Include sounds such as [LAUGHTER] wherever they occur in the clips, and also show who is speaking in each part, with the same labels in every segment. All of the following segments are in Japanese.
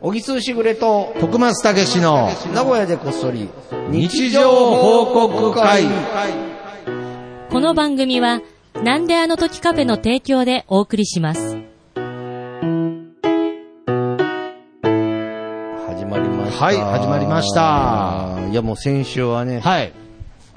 Speaker 1: 小木すしぐれと、
Speaker 2: 徳松たけしの
Speaker 1: 名古屋でこっそり、
Speaker 2: 日常報告会。
Speaker 3: この番組は、なんであの時カフェの提供でお送りします。
Speaker 1: 始まりました。
Speaker 2: はい始まりました。
Speaker 1: いや、もう先週はね、
Speaker 2: はい。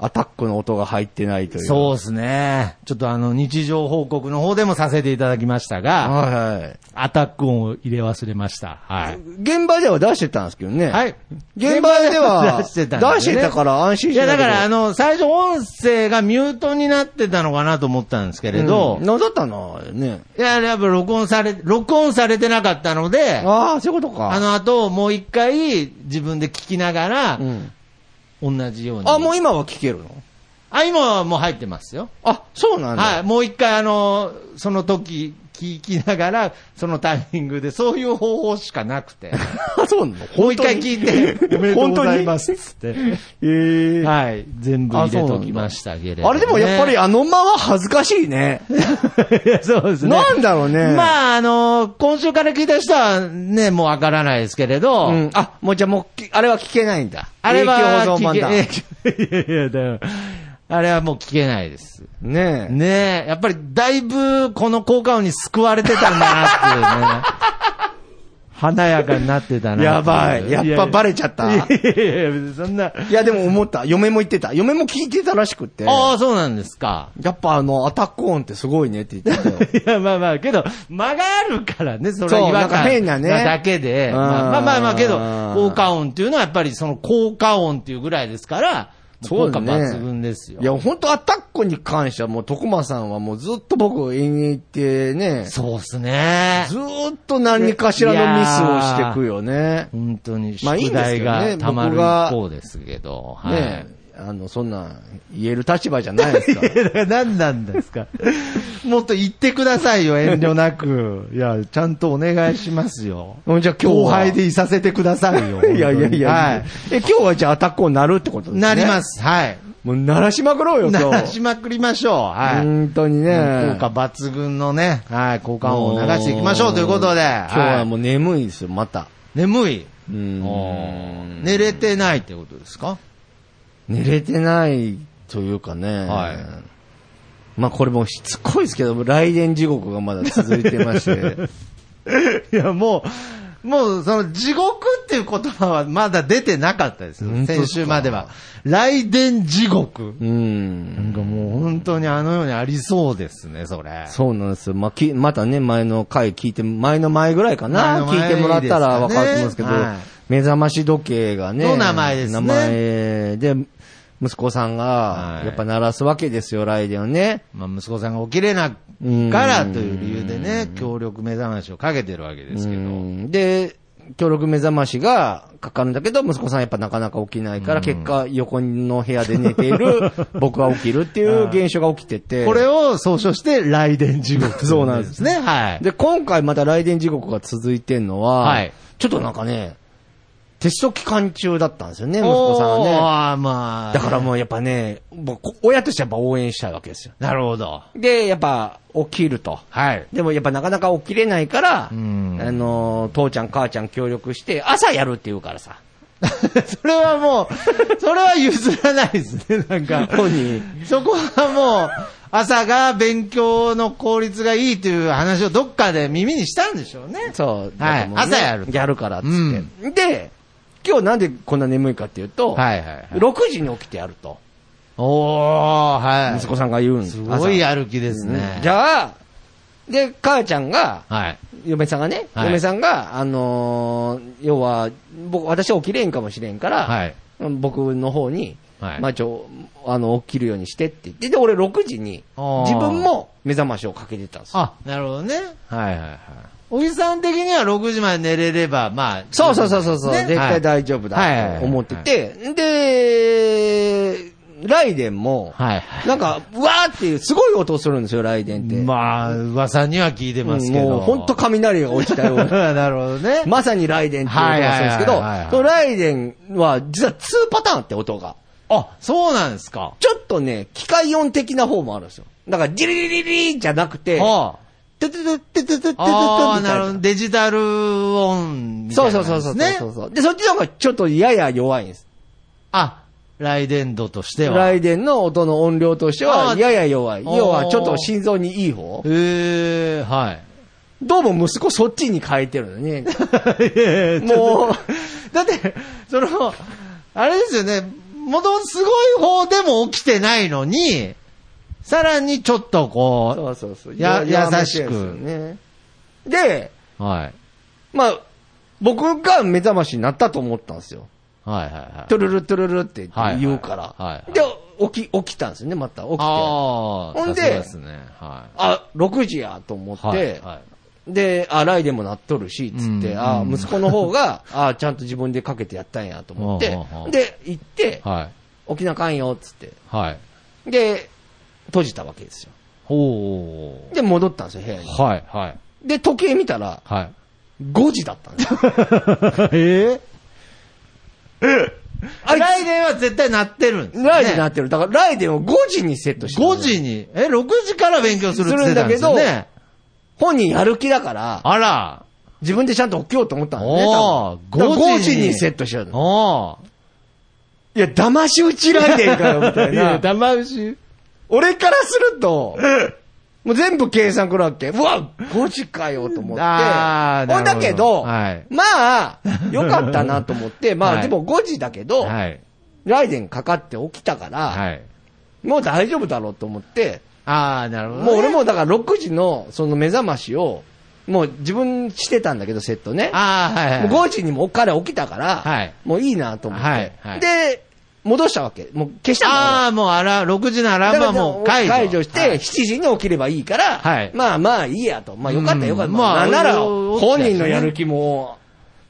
Speaker 1: アタックの音が入ってないという。
Speaker 2: そうですね。ちょっとあの、日常報告の方でもさせていただきましたが、
Speaker 1: はいはい。
Speaker 2: アタック音を入れ忘れました。はい。
Speaker 1: 現場では出してたんですけどね。。
Speaker 2: はいい。
Speaker 1: 現場では、
Speaker 2: 出してたんだよね
Speaker 1: 出してたから安心
Speaker 2: い
Speaker 1: して
Speaker 2: や、だ
Speaker 1: たけど
Speaker 2: から、あの、最初音声がミュートになってたのかなと思ったんですけれど、
Speaker 1: うん、何だったのね。
Speaker 2: いや、やっぱ録音され、録音されてなかったので、あ
Speaker 1: ああ、そういうことか。
Speaker 2: の後、もう一回自分で聞きながら、
Speaker 1: うん。
Speaker 2: 同じように。
Speaker 1: あ、もう今は聞けるの
Speaker 2: あ、今はもう入ってますよ。
Speaker 1: あ、そうなんだ。
Speaker 2: はい、もう一回、あの、その時、聞きながら、そのタイミングで、そういう方法しかな
Speaker 1: [LAUGHS]
Speaker 2: くて、
Speaker 1: あ、そうなの
Speaker 2: もう一回聞いて、、
Speaker 1: [LAUGHS] おめでとうございます
Speaker 2: つって。
Speaker 1: [LAUGHS] えー
Speaker 2: はい、全部入れときまし
Speaker 1: あ
Speaker 2: た
Speaker 1: そう
Speaker 2: け
Speaker 1: なん
Speaker 2: れど、
Speaker 1: だあれでもやっぱり、あの間は恥ずかしいね。
Speaker 2: いや [LAUGHS] そうですね。
Speaker 1: なんだろうね。あ、
Speaker 2: まあ、あの、今週から聞いた人はね、もうわからないですけれど、
Speaker 1: うん。あ、もうじゃあもうき、あれは聞けないんだ。
Speaker 2: あれは
Speaker 1: 永久保存版だ。ね
Speaker 2: 聞け [LAUGHS] いやいや、だからあれはもう聞けないです。
Speaker 1: え。
Speaker 2: ねえ、やっぱりだいぶこの効果音に救われてたんだなっていうね。華やかになってたなってう。
Speaker 1: やばい。やっぱバレちゃった。
Speaker 2: いや
Speaker 1: い
Speaker 2: いやいや、別にそんな。
Speaker 1: や、でも思った。嫁も言ってた。嫁も聞いてたらしくって。
Speaker 2: ああ、そうなんですか。
Speaker 1: やっぱあの、アタック音ってすごいねって言ってたよ。
Speaker 2: [LAUGHS] いや、まあまあ、けど、間があるからね、それ
Speaker 1: そう
Speaker 2: は違和
Speaker 1: なんか
Speaker 2: 感
Speaker 1: 変なね
Speaker 2: だけで。
Speaker 1: うん
Speaker 2: まあまあまあまあ、けど、
Speaker 1: うん
Speaker 2: 効果音っていうのはやっぱりその効果音っていうぐらいですから、
Speaker 1: そう
Speaker 2: 効
Speaker 1: だ
Speaker 2: 果
Speaker 1: ね
Speaker 2: 抜群ですよ。
Speaker 1: いや、本当アタックに関してはもう、徳間さんはもうずっと僕、演言ってね、ず
Speaker 2: そうっすね。
Speaker 1: ーっと何かしらのミスをしてくよね。
Speaker 2: 本当に
Speaker 1: まあいいん
Speaker 2: 宿
Speaker 1: です
Speaker 2: 題
Speaker 1: けどね
Speaker 2: が溜まる
Speaker 1: 僕が
Speaker 2: 一方ですけど、はい。
Speaker 1: ねあの、そんなん言える立場じゃないですか
Speaker 2: [LAUGHS]
Speaker 1: ら。
Speaker 2: だから何なんですか。 [LAUGHS] もっと言ってくださいよ、遠慮なく。いや、ちゃんとお願いしますよ。
Speaker 1: うんじゃあ今日は
Speaker 2: 後輩でいさせてくださいよ。
Speaker 1: いやいやいや、
Speaker 2: はい
Speaker 1: え、今日はじゃあアタック音なるってことですね。
Speaker 2: なりま。す。はい。
Speaker 1: もう鳴らしまくろうよ、今日。
Speaker 2: 鳴らしまくりましょう。はい。
Speaker 1: 本当にね。
Speaker 2: 効果抜群のね、はい、効果音を流していきましょうということで。
Speaker 1: 今日はも
Speaker 2: は
Speaker 1: う眠いですよ、また。
Speaker 2: い眠い。
Speaker 1: うん
Speaker 2: 寝れてないってことですか
Speaker 1: 寝れてないというかね。
Speaker 2: はい
Speaker 1: まあこれもうしつこいですけど、来年地獄がまだ続いてま [LAUGHS] して。
Speaker 2: [LAUGHS] いや、もう、もう、その、地獄っていう言葉はまだ出てなかったですよ
Speaker 1: 本当ですか
Speaker 2: 先週までは。雷電地獄。
Speaker 1: うん。
Speaker 2: なんかもう本当にあの世にありそうですね、それ。
Speaker 1: そうなんですよ。まあ、き、またね、前の回聞いて、前の前ぐらいか
Speaker 2: 前
Speaker 1: な、
Speaker 2: の前
Speaker 1: 聞いてもらったらわかると思うんですけど、
Speaker 2: ですかねはい
Speaker 1: 目覚まし時計がね、
Speaker 2: の名前ですね
Speaker 1: 名前で、息子さんが
Speaker 2: は、い
Speaker 1: やっぱ鳴らすわけですよ、来年をね。
Speaker 2: まあ息子さんが起きれなからという理由でね、協力目覚ましをかけてるわけですけ
Speaker 1: う
Speaker 2: ど。
Speaker 1: んで、協力目覚ましがかかるんだけど、息子さんやっぱなかなか起きないから、結果、横の部屋で寝ている、僕が起きるっていう現象が起きてて。
Speaker 2: これを総称して雷電地獄。
Speaker 1: そうなんです
Speaker 2: ね。はい。
Speaker 1: で、今回また来電時刻が続いてんのは、
Speaker 2: はい
Speaker 1: ちょっとなんかね、テスト期間中だったんですよね、息子さん
Speaker 2: おー
Speaker 1: はね。
Speaker 2: あーまあ。
Speaker 1: だからもうやっぱね、もうこ親としてはやっぱ応援したいわけですよ。
Speaker 2: なるほど。
Speaker 1: で、やっぱ起きると。
Speaker 2: はい。
Speaker 1: でもやっぱなかなか起きれないから、あ
Speaker 2: ん
Speaker 1: のー、父ちゃん母ちゃん協力して、朝やるって言うからさ。
Speaker 2: [LAUGHS] それはもう、それは譲らないですね、なんか。
Speaker 1: 本人
Speaker 2: そこはもう、朝が勉強の効率がいいという話をどっかで耳にしたんでしょうね。
Speaker 1: そう、
Speaker 2: はい
Speaker 1: だと思うね
Speaker 2: 朝やる
Speaker 1: やるからっつって、で、今日なんでこんな眠いかっていうと、
Speaker 2: はいはいはい
Speaker 1: 6時に起きてやると、
Speaker 2: おー、はい。
Speaker 1: 息子さんが言うんですす。
Speaker 2: ごい
Speaker 1: 朝
Speaker 2: 歩きですね。
Speaker 1: じゃあ、で、母ちゃんが、
Speaker 2: はい。
Speaker 1: 嫁さんがね、
Speaker 2: はい
Speaker 1: 嫁さんが、あのー要は、僕、私は起きれんかもしれんから、
Speaker 2: はい。
Speaker 1: 僕の方に、
Speaker 2: はい
Speaker 1: まあ、ちょ、あの、起きるようにしてって言って、で、俺6時に、
Speaker 2: あー
Speaker 1: 自分も目覚ましをかけてたんですよ。
Speaker 2: あ、なるほどね。はいはいはい。おじさん的には6時まで寝れれば、まあ。
Speaker 1: そうそうそうそうそう、
Speaker 2: ね
Speaker 1: 絶対大丈夫だと思って。て、で、ライデンも、
Speaker 2: はいはい。
Speaker 1: なんか、うわーっていう、すごい音するんですよ、ライデンって。
Speaker 2: まあ、噂には聞いてますけど。
Speaker 1: もう、ほんと雷が落ちたような
Speaker 2: [LAUGHS] なるほどね。
Speaker 1: まさにライデンっていう音がするんですけど
Speaker 2: はいはいはいはいはい、
Speaker 1: そのライデンは実は2パターンあって音が。
Speaker 2: あ、そうなんですか。
Speaker 1: ちょっとね、機械音的な方もあるんですよ。だから、ジリリリリじゃなくて、
Speaker 2: はあ。
Speaker 1: ててててててててて
Speaker 2: ああ、なるほ
Speaker 1: ど。
Speaker 2: ど。デジタル音みた
Speaker 1: そ
Speaker 2: いう
Speaker 1: そ
Speaker 2: な
Speaker 1: うそうそう
Speaker 2: 感じですね。
Speaker 1: そうそう。で、そっちの方がちょっとやや弱いんです。
Speaker 2: あ、ライデンドとしては。
Speaker 1: ライデンの音の音量として
Speaker 2: あ
Speaker 1: は、
Speaker 2: ー
Speaker 1: やや弱い。
Speaker 2: おー
Speaker 1: 要は、ちょっと心臓にいい方
Speaker 2: ええはい。
Speaker 1: どうも息子そっちに変えてるのね。
Speaker 2: いやいやちょっと
Speaker 1: もう、
Speaker 2: だって、その、あれですよね、もともとすごい方でも起きてないのに、さらにちょっと
Speaker 1: そ
Speaker 2: こ
Speaker 1: うそうそう。
Speaker 2: や優しく
Speaker 1: めてるんですよね。で、
Speaker 2: う、はい。
Speaker 1: まあ、僕が目覚ましになったと思ったんですよ。
Speaker 2: はいはいはい。
Speaker 1: トゥルルトゥルルって言うから。
Speaker 2: はいはいはい
Speaker 1: で、起き、起きたんですよね、また。起きて。あ
Speaker 2: ああ、
Speaker 1: ほんで
Speaker 2: さすがですね。は
Speaker 1: 6時やと思って、
Speaker 2: い。はい。はい
Speaker 1: で、あ、ライデンもなっとるし、つって、
Speaker 2: うん
Speaker 1: あ
Speaker 2: う、ん
Speaker 1: 息子の方が、あ、ちゃんと自分でかけてやったんやと思って
Speaker 2: ほうほうほ、う
Speaker 1: で、行って、
Speaker 2: はい。
Speaker 1: 起きなあかんよ、つって。
Speaker 2: はい。
Speaker 1: で、閉じたわけですよ。
Speaker 2: ほう。
Speaker 1: で、戻ったんですよ、部屋に。
Speaker 2: はい、はい。
Speaker 1: で、時計見たら、
Speaker 2: はい。
Speaker 1: 5時だったんです [LAUGHS]
Speaker 2: [LAUGHS]
Speaker 1: よ。
Speaker 2: え
Speaker 1: あいつ
Speaker 2: ライデンは絶対鳴ってるんですね。
Speaker 1: ライデンになってる。だから、ライデンを5時にセットしてた
Speaker 2: 5時に、え、6時から勉強するって言ってたんですよ
Speaker 1: するんだ
Speaker 2: ね。
Speaker 1: 本人やる気だから、
Speaker 2: あら。
Speaker 1: 自分でちゃんと起きようと思ったんだね。
Speaker 2: おー
Speaker 1: 多分だから
Speaker 2: 5
Speaker 1: 5
Speaker 2: 時に
Speaker 1: 時にセットしてたの。
Speaker 2: おー
Speaker 1: いや、騙し討ちライデンかよ、みたい
Speaker 2: [LAUGHS]
Speaker 1: な。
Speaker 2: 騙し。
Speaker 1: 俺からする
Speaker 2: [LAUGHS]
Speaker 1: と、もう全部計算くるわけ。うわ、5時かよと思って。
Speaker 2: あー
Speaker 1: ほんだけど、
Speaker 2: なる
Speaker 1: まあ、よかったなと思
Speaker 2: [LAUGHS]
Speaker 1: って、まあ、
Speaker 2: はい
Speaker 1: でも5時だけど、
Speaker 2: はい。
Speaker 1: ライデンかかって起きたから、
Speaker 2: はい。
Speaker 1: もう大丈夫だろうと思って、
Speaker 2: ああ、なるほど、ね。
Speaker 1: もう俺もだから6時のその目覚ましを、もう自分してたんだけど、セットね。
Speaker 2: ああ、はい、はい。
Speaker 1: もう5時にも彼起きたから、
Speaker 2: はい
Speaker 1: もういいなと思って。
Speaker 2: はいはい
Speaker 1: で、戻したわけ。もう消したの。
Speaker 2: ああ、もうあら、6時のアラームはもう解除。
Speaker 1: して、
Speaker 2: はい
Speaker 1: 7時に起きればいいから、
Speaker 2: はい
Speaker 1: まあまあいいやと。まあよかったよかった。
Speaker 2: うん
Speaker 1: まあ、
Speaker 2: ま
Speaker 1: な
Speaker 2: あ
Speaker 1: んなら、
Speaker 2: おお
Speaker 1: 本人のやる気も、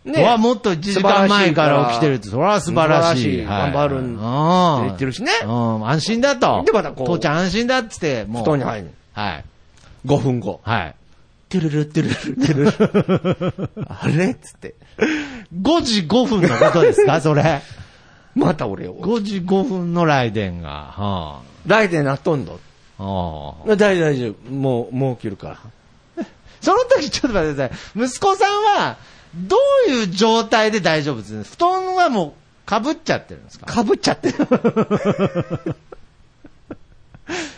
Speaker 1: ね。
Speaker 2: うわ、もっと1時間前から起きてるって、それは素晴らし
Speaker 1: 素晴らし
Speaker 2: い。
Speaker 1: い頑張るん
Speaker 2: は
Speaker 1: って
Speaker 2: い
Speaker 1: 言ってるしね
Speaker 2: うん、うん安心だと。
Speaker 1: でまたこう
Speaker 2: 父ちゃん安心だっつって、もう。
Speaker 1: 布団に入る。
Speaker 2: はい。
Speaker 1: 5分後。
Speaker 2: はい。
Speaker 1: てるるてるるてるる。あれっつって。
Speaker 2: 5時5分のことで
Speaker 1: [LAUGHS]
Speaker 2: すか、それ。
Speaker 1: また俺を。
Speaker 2: 5時5分の来電が。は
Speaker 1: 来年なっとんど。
Speaker 2: あ。はあ。
Speaker 1: 大丈夫大丈夫。もう、もう起きるから。
Speaker 2: その時、ちょっと待ってください。息子さんは、どういう状態で大丈夫です布団はもう、かぶっちゃってるんですか
Speaker 1: かぶっちゃってる。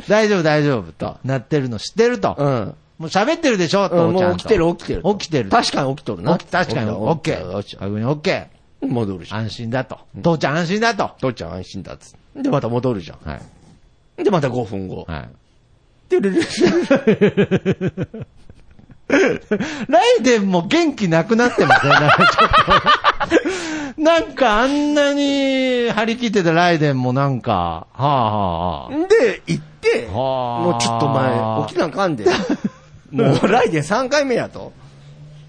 Speaker 2: 大丈夫、大丈夫と。なってるの知ってると。
Speaker 1: うん。
Speaker 2: もう喋ってるでしょ、
Speaker 1: うん
Speaker 2: 父ちゃ
Speaker 1: も
Speaker 2: ん
Speaker 1: う
Speaker 2: と。
Speaker 1: 起きてる起きてる。
Speaker 2: 起きてる。
Speaker 1: 確かに起きとるな。
Speaker 2: 起き確かに、オッケー。
Speaker 1: 起きてる
Speaker 2: 確認オッケ
Speaker 1: 戻るじ
Speaker 2: ー。
Speaker 1: ゃん。
Speaker 2: 安心だと。父ちゃん安心だと。
Speaker 1: 父ちゃん安心だっつって。で、また戻るじゃ
Speaker 2: はい。
Speaker 1: ん。で、また5分後。
Speaker 2: はい。
Speaker 1: てるる
Speaker 2: ライデンも元気なくなってますね、なんかちょっとなんかあんなに張り切ってたライデンもなんか、はあはあは
Speaker 1: で、行って、
Speaker 2: あ。
Speaker 1: もうちょっとお前、起きなあかんで。
Speaker 2: [LAUGHS]
Speaker 1: もう来年3回目やと。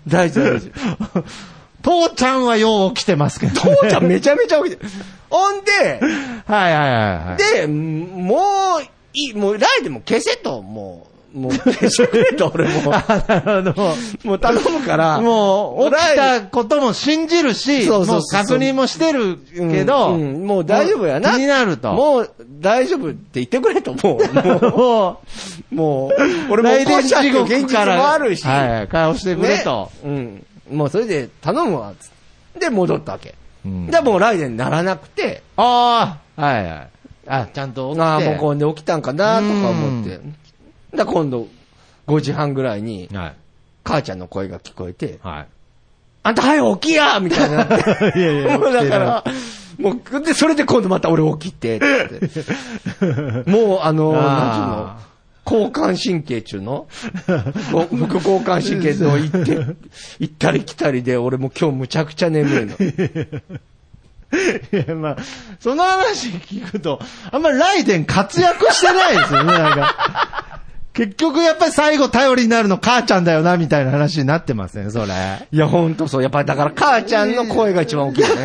Speaker 1: 大丈夫大丈夫。
Speaker 2: 父ちゃんはよう起きてますけど、ね。
Speaker 1: 父ちゃんめちゃめちゃ起きてる。ほんで、
Speaker 2: はいはいはいはい。
Speaker 1: で、もう、いい、もう来年も消せと、もう、もう消してくれと、俺
Speaker 2: [LAUGHS]
Speaker 1: も。
Speaker 2: あなるほ
Speaker 1: もう頼むから。
Speaker 2: ど。もう、起き
Speaker 1: ライ
Speaker 2: たことも信じるし、
Speaker 1: そうそ
Speaker 2: も
Speaker 1: う
Speaker 2: う
Speaker 1: そう
Speaker 2: 確認もしてる
Speaker 1: うん
Speaker 2: けど、
Speaker 1: うんもう大丈夫やな。
Speaker 2: 気になると。
Speaker 1: もう大丈夫って言ってくれと、もう。もう
Speaker 2: も
Speaker 1: もう、
Speaker 2: う、
Speaker 1: 俺も
Speaker 2: 来
Speaker 1: こう
Speaker 2: 年
Speaker 1: しちゃって
Speaker 2: 地
Speaker 1: 現
Speaker 2: 獄
Speaker 1: 実
Speaker 2: から、
Speaker 1: もあるし。
Speaker 2: はい、会話してくれと。
Speaker 1: ねうん。もうそれで頼むわ、つってで、戻ったわけ。
Speaker 2: うん
Speaker 1: で、もう来年ならなくて、
Speaker 2: ああ、はいはい。あ、ちゃんと起きて。
Speaker 1: ああ、もうこんで起きたんかな、とか思って
Speaker 2: う。
Speaker 1: だから今度、5時半ぐらいに、
Speaker 2: はい。
Speaker 1: 母ちゃんの声が聞こえて、
Speaker 2: はい。
Speaker 1: あんた早く起きやみたいになって。
Speaker 2: [LAUGHS] いやいや
Speaker 1: もう [LAUGHS] だから、もう、で、それで今度また俺起きて、つ
Speaker 2: [LAUGHS]
Speaker 1: って。もう、あの、なん
Speaker 2: あ
Speaker 1: ちゅうの、交感神経中の、ご副交感神経
Speaker 2: [LAUGHS]
Speaker 1: の行って、行ったり来たりで、俺もう今日むちゃくちゃ眠いの。
Speaker 2: [LAUGHS] いや、まあ、その話聞くと、あんまりライデン活躍してないですよね、なんか。
Speaker 1: [LAUGHS]
Speaker 2: 結局やっぱり最後頼りになるの母ちゃんだよな、みたいな話になってますね、それ。
Speaker 1: い [LAUGHS] や、ほんとそう。やっぱりだから、母ちゃんの声が一番大きいよ
Speaker 2: [LAUGHS]
Speaker 1: ね。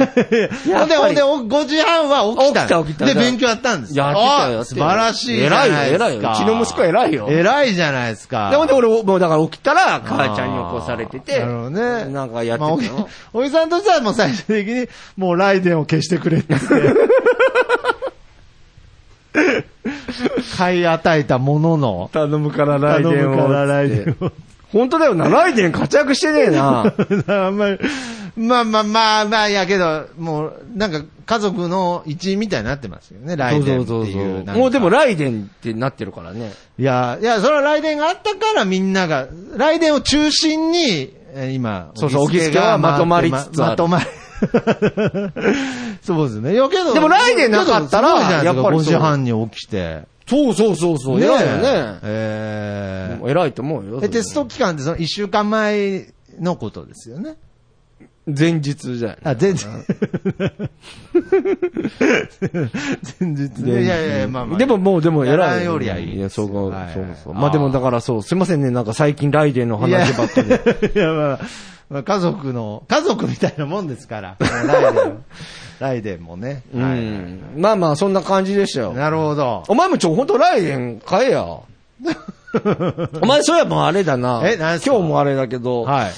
Speaker 1: や
Speaker 2: ほ
Speaker 1: っ
Speaker 2: んで、
Speaker 1: ぱ
Speaker 2: ほん
Speaker 1: り
Speaker 2: で、お5時半は起きた。
Speaker 1: 起きた起きた
Speaker 2: で、勉強やったんですよ
Speaker 1: やってたよや
Speaker 2: あ
Speaker 1: って
Speaker 2: 素
Speaker 1: たよ
Speaker 2: 晴らしいじゃな
Speaker 1: 偉いよ
Speaker 2: ですか。
Speaker 1: 偉いようちの息子偉いよ
Speaker 2: 偉いじゃないですか。
Speaker 1: で、ほんで、俺、もうだから起きたら、母ちゃんに起こされてて、
Speaker 2: なるほどね。
Speaker 1: なんかやって
Speaker 2: まあお
Speaker 1: た
Speaker 2: じ
Speaker 1: の。
Speaker 2: おじさんとしてはもう最終的に、もうライデンを消してく
Speaker 1: [LAUGHS]
Speaker 2: れって。買い与えたものの、
Speaker 1: 頼むから
Speaker 2: 頼
Speaker 1: 来年
Speaker 2: む [LAUGHS]
Speaker 1: を。
Speaker 2: からライデンを。 [LAUGHS]
Speaker 1: 本当だよな、ライデン活躍してねえな。
Speaker 2: あんまり、まあまあまあまあ、やけど、もう、なんか家族の一員みたいになってますよね、ライデンっていう。なんか
Speaker 1: もうでもライデンってなってるからね。
Speaker 2: いや、いや、それは来電があったからみんなが、来電を中心に、えー今、
Speaker 1: そうそう
Speaker 2: 荻助
Speaker 1: 荻助はまとまりつつある
Speaker 2: まとまり。 [LAUGHS] そうですね。いやけど、
Speaker 1: でも来電なかったら
Speaker 2: ちょとすごいじゃないですか
Speaker 1: やっぱりそう
Speaker 2: 5時半に起きて。
Speaker 1: そうそうそうそ
Speaker 2: ね
Speaker 1: 偉いよね。
Speaker 2: えー
Speaker 1: 偉いと思うよ。
Speaker 2: え、テスト期間ってその1週間前のことですよね。
Speaker 1: 前日じゃない。
Speaker 2: あ、全然。 [LAUGHS] 全然。いやいやいや、まあまあ。
Speaker 1: でももう、でも偉い。
Speaker 2: やらんよりはいいです
Speaker 1: や、そうか、
Speaker 2: はい
Speaker 1: そうそう。まあでもだからそう、すいませんね、なんか最近ライデンの話ばっかりで。
Speaker 2: いや、まあ、まあ、家族の、家族みたいなもんで
Speaker 1: [LAUGHS]
Speaker 2: すから。ライデン。ライデンもね。
Speaker 1: う
Speaker 2: はい
Speaker 1: ん。まあまあ、そんな感じでしたよ。
Speaker 2: なる
Speaker 1: [LAUGHS]
Speaker 2: ほど。
Speaker 1: お前もちょ、ほんとライデン買えや。お前、そういえばあれだな。
Speaker 2: え何すか
Speaker 1: 今日もあれだけど、
Speaker 2: はい。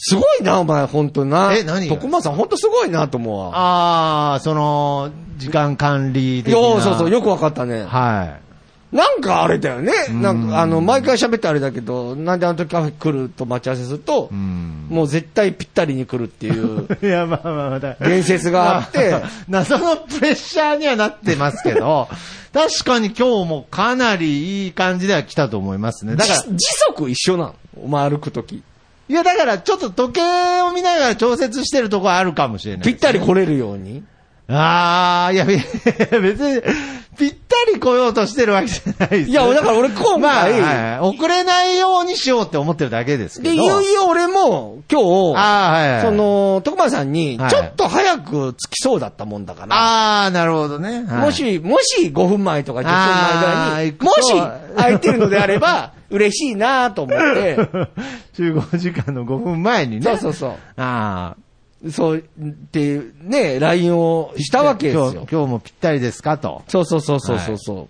Speaker 1: すごいな、お前、ほんとな。
Speaker 2: え何が
Speaker 1: 徳間さん、ほんとすごいな、と思うわ。
Speaker 2: ああ、その、時間管理的な。
Speaker 1: よう、そうそう、よくわかったね。
Speaker 2: は
Speaker 1: なんかあれだよね。
Speaker 2: ん
Speaker 1: なんか、あの、毎回喋ってあれだけど、なんであの時カフェ来ると待ち合わせすると
Speaker 2: い。う、ん。
Speaker 1: もう絶対ぴったりに来るっていう。
Speaker 2: [LAUGHS] いや、まあまあまあだ。
Speaker 1: 伝説があって [LAUGHS]
Speaker 2: まあ、謎のプレッシャーにはなってますけど、確かに今日もかなりいい感じでは来たと思いますね。だから、
Speaker 1: 時速一緒なのお前歩くとき。
Speaker 2: いやだからちょっと時計を見ながら調節してるとこはあるかもしれない
Speaker 1: ぴ
Speaker 2: で
Speaker 1: っ
Speaker 2: す。
Speaker 1: たり来れるように。
Speaker 2: ああ、いや、 [LAUGHS] べ別に、ぴったり来ようとしてるわけじゃないです。
Speaker 1: いや、だから俺今
Speaker 2: まあ、
Speaker 1: 回、
Speaker 2: はい遅れないようにしようって思ってるだけですけ
Speaker 1: で、
Speaker 2: ど。
Speaker 1: いよいよ俺も今日、
Speaker 2: ああ、はいはい。
Speaker 1: そ、の、徳間さんに、
Speaker 2: はい
Speaker 1: ちょっと早く着きそうだったもんだから、
Speaker 2: ああ、なるほどね。はい
Speaker 1: も、し、もし5分前とか10分前ぐらいに
Speaker 2: あ、ー
Speaker 1: もし
Speaker 2: 行くと
Speaker 1: 空いてるのであれ
Speaker 2: [LAUGHS]
Speaker 1: ば、嬉しいなと思って、
Speaker 2: [LAUGHS] 集合時間の5分前にね。
Speaker 1: そうそうそ
Speaker 2: ああ。
Speaker 1: う、そう、っていう、ね、LINE をしたわけです
Speaker 2: 今
Speaker 1: よ
Speaker 2: 日。今日もぴったりですかと。
Speaker 1: そうそうそうそうそうそ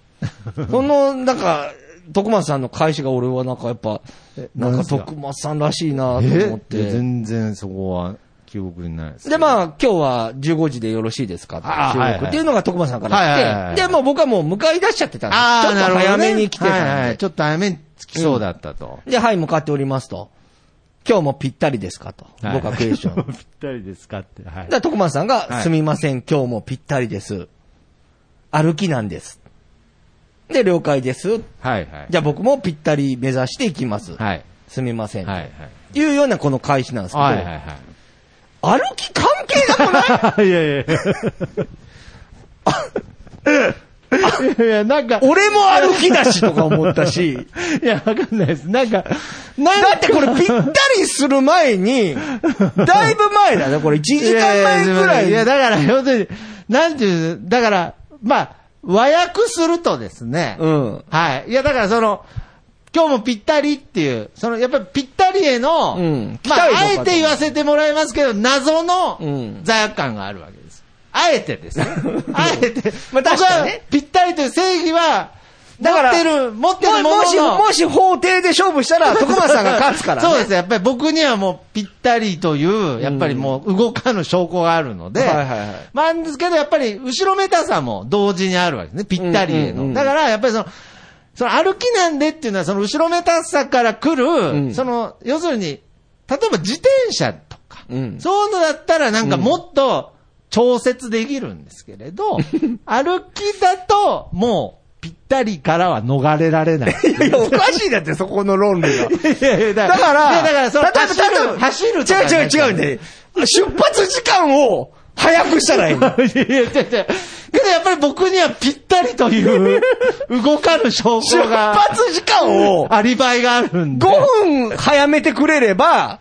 Speaker 1: う。その、なんか、徳松さんの返しが俺はなんかやっぱ、なん
Speaker 2: 何で
Speaker 1: か
Speaker 2: すか
Speaker 1: 徳松さんらしいなと思っ
Speaker 2: え
Speaker 1: て。
Speaker 2: 全然そこは記憶にないです。
Speaker 1: で、まあ、今日は15時でよろしいですか
Speaker 2: あー
Speaker 1: 収録
Speaker 2: はいはい
Speaker 1: っていうのが徳松さんから来て、
Speaker 2: はいはいはい
Speaker 1: で、もう僕はもう迎え出しちゃってたんです。
Speaker 2: あ
Speaker 1: ちょっ
Speaker 2: あ、なる
Speaker 1: と
Speaker 2: ほど、ね。
Speaker 1: 早めに来てたんで。
Speaker 2: はいはい、ちょっと早めに着きそうだったと。
Speaker 1: で、はい、向かっておりますと。今日もぴったりですかと。
Speaker 2: はい
Speaker 1: 僕はクエスチョン。だか
Speaker 2: [LAUGHS] ぴったりですかって。はい。
Speaker 1: ら徳松さんが、
Speaker 2: はい
Speaker 1: すみません、今日もぴったりです。歩きなんです。で、了解です。
Speaker 2: はいはい。
Speaker 1: じゃあ僕もぴったり目指していきます。
Speaker 2: はい。
Speaker 1: すみません。
Speaker 2: はいはい。
Speaker 1: い。うようなこの開始なんですけど、
Speaker 2: はいは
Speaker 1: 歩き関係なくない
Speaker 2: いはい。いやいやいや。いや、なん [LAUGHS] か、
Speaker 1: 俺も歩きだしとか思ったし、
Speaker 2: いや、わかんないです。なんか、
Speaker 1: だってこれぴったりする前に、だいぶ前だね、これ1時間前ぐらい。
Speaker 2: いや、だから、要するに、なんていう、だから、まあ、和訳するとですね、
Speaker 1: うん。
Speaker 2: はい。いや、だからその、今日もぴったりっていう、その、やっぱりぴったりへの、
Speaker 1: うん
Speaker 2: まあ、
Speaker 1: 期待度が
Speaker 2: あえて言わせてもらいますけど、謎の
Speaker 1: うん
Speaker 2: 罪悪感があるわけです。あえてですね。
Speaker 1: [LAUGHS]
Speaker 2: あえて。
Speaker 1: まあ確かにね
Speaker 2: 僕はぴったりという正義は、持
Speaker 1: だから
Speaker 2: ってる、持ってるものの
Speaker 1: ももし、もし法廷で勝負した [LAUGHS] ら、徳松さんが勝つから、ね。
Speaker 2: そうですね。やっぱり僕にはもうぴったりという、やっぱりもう動かぬ証拠があるので、
Speaker 1: はいはいはい
Speaker 2: まあ、なんですけど、やっぱり後ろめたさも同時にあるわけですね。ぴったりへ
Speaker 1: う
Speaker 2: の。
Speaker 1: んうんうん
Speaker 2: だから、やっぱりその、その歩きなんでっていうのは、その後ろめたさから来る、
Speaker 1: ん
Speaker 2: その、要するに、例えば自転車とか、
Speaker 1: うん
Speaker 2: そういうのだったらなんかもっと調節できるんですけれど、
Speaker 1: [LAUGHS]
Speaker 2: 歩きだと、もう、ぴったりからは逃れられない。
Speaker 1: いやいや、おかしいだって、そこの論理が。
Speaker 2: いやい
Speaker 1: [LAUGHS]
Speaker 2: や
Speaker 1: だから、
Speaker 2: いやだからその
Speaker 1: 例えば
Speaker 2: 走る
Speaker 1: 例えば
Speaker 2: 走るとか
Speaker 1: 違う違う違うんで、出発時間を早くしたらいいの。
Speaker 2: いやいや、違う違う。けどやっぱり僕にはぴったりと
Speaker 1: [LAUGHS]
Speaker 2: いう、動かぬ証
Speaker 1: 出
Speaker 2: 拠が、
Speaker 1: 発時間を
Speaker 2: アリバイがあるんで。
Speaker 1: 5分早めてくれれば、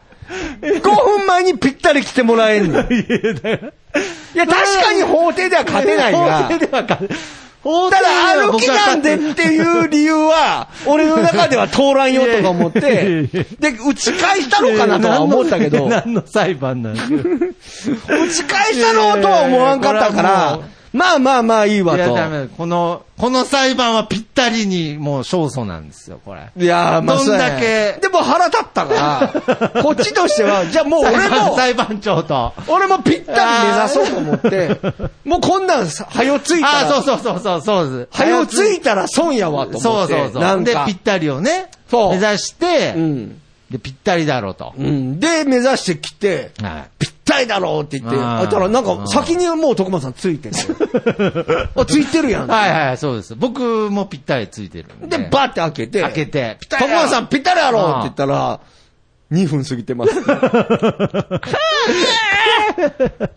Speaker 1: 5分前にぴったり来てもらえんの。いや、確かに法廷では勝てないが、
Speaker 2: 法廷では勝て法廷
Speaker 1: た
Speaker 2: では
Speaker 1: だ歩
Speaker 2: 僕
Speaker 1: き
Speaker 2: は
Speaker 1: なん
Speaker 2: 勝て
Speaker 1: でっていう理由は、俺の中では通らんよとか思っ
Speaker 2: いやいや
Speaker 1: て
Speaker 2: いや、
Speaker 1: で、打ち返したのかなとは思ったけど、
Speaker 2: 何の何の裁判なんですか
Speaker 1: 打ち返したろうとは思わんかったか
Speaker 2: いやいやいやこれはも
Speaker 1: ら
Speaker 2: う、
Speaker 1: まあまあまあいいわ
Speaker 2: いや、ダ
Speaker 1: と。
Speaker 2: メだこの、この裁判はぴったりに、もう勝訴なんですよ、これ。
Speaker 1: いやー、まあ、
Speaker 2: どん
Speaker 1: そうや
Speaker 2: だけ
Speaker 1: でも腹立ったから、こっちとしては、じゃあもう俺
Speaker 2: 裁判
Speaker 1: も、
Speaker 2: 裁判長と。
Speaker 1: 俺もぴったり目指そうと思って、もうこんなんさ、はよついた
Speaker 2: ああ、
Speaker 1: ら、
Speaker 2: そうそうそうそう、そうです。
Speaker 1: はよつ
Speaker 2: い
Speaker 1: いたら損やわと思って。
Speaker 2: そうそうそ
Speaker 1: な
Speaker 2: う。
Speaker 1: ん
Speaker 2: で、
Speaker 1: か
Speaker 2: ぴ。ったりをね、
Speaker 1: そう
Speaker 2: 目指して、
Speaker 1: うん。
Speaker 2: で、ぴったりだろうと。
Speaker 1: うん。で、目指してきて、
Speaker 2: はい。
Speaker 1: ぴったりだろうって言って、
Speaker 2: あー
Speaker 1: あいたらなん
Speaker 2: あ
Speaker 1: か
Speaker 2: ー
Speaker 1: 先にもう徳間さんつい
Speaker 2: [LAUGHS]
Speaker 1: てる。あ、ついてるやん。
Speaker 2: はいはい、そうです。僕もぴったりついてるん
Speaker 1: で、バーって開けて、
Speaker 2: 開けて、ぴったり
Speaker 1: 徳間さんぴったりやろうって言ったら、2分過ぎて
Speaker 2: [LAUGHS]
Speaker 1: ます。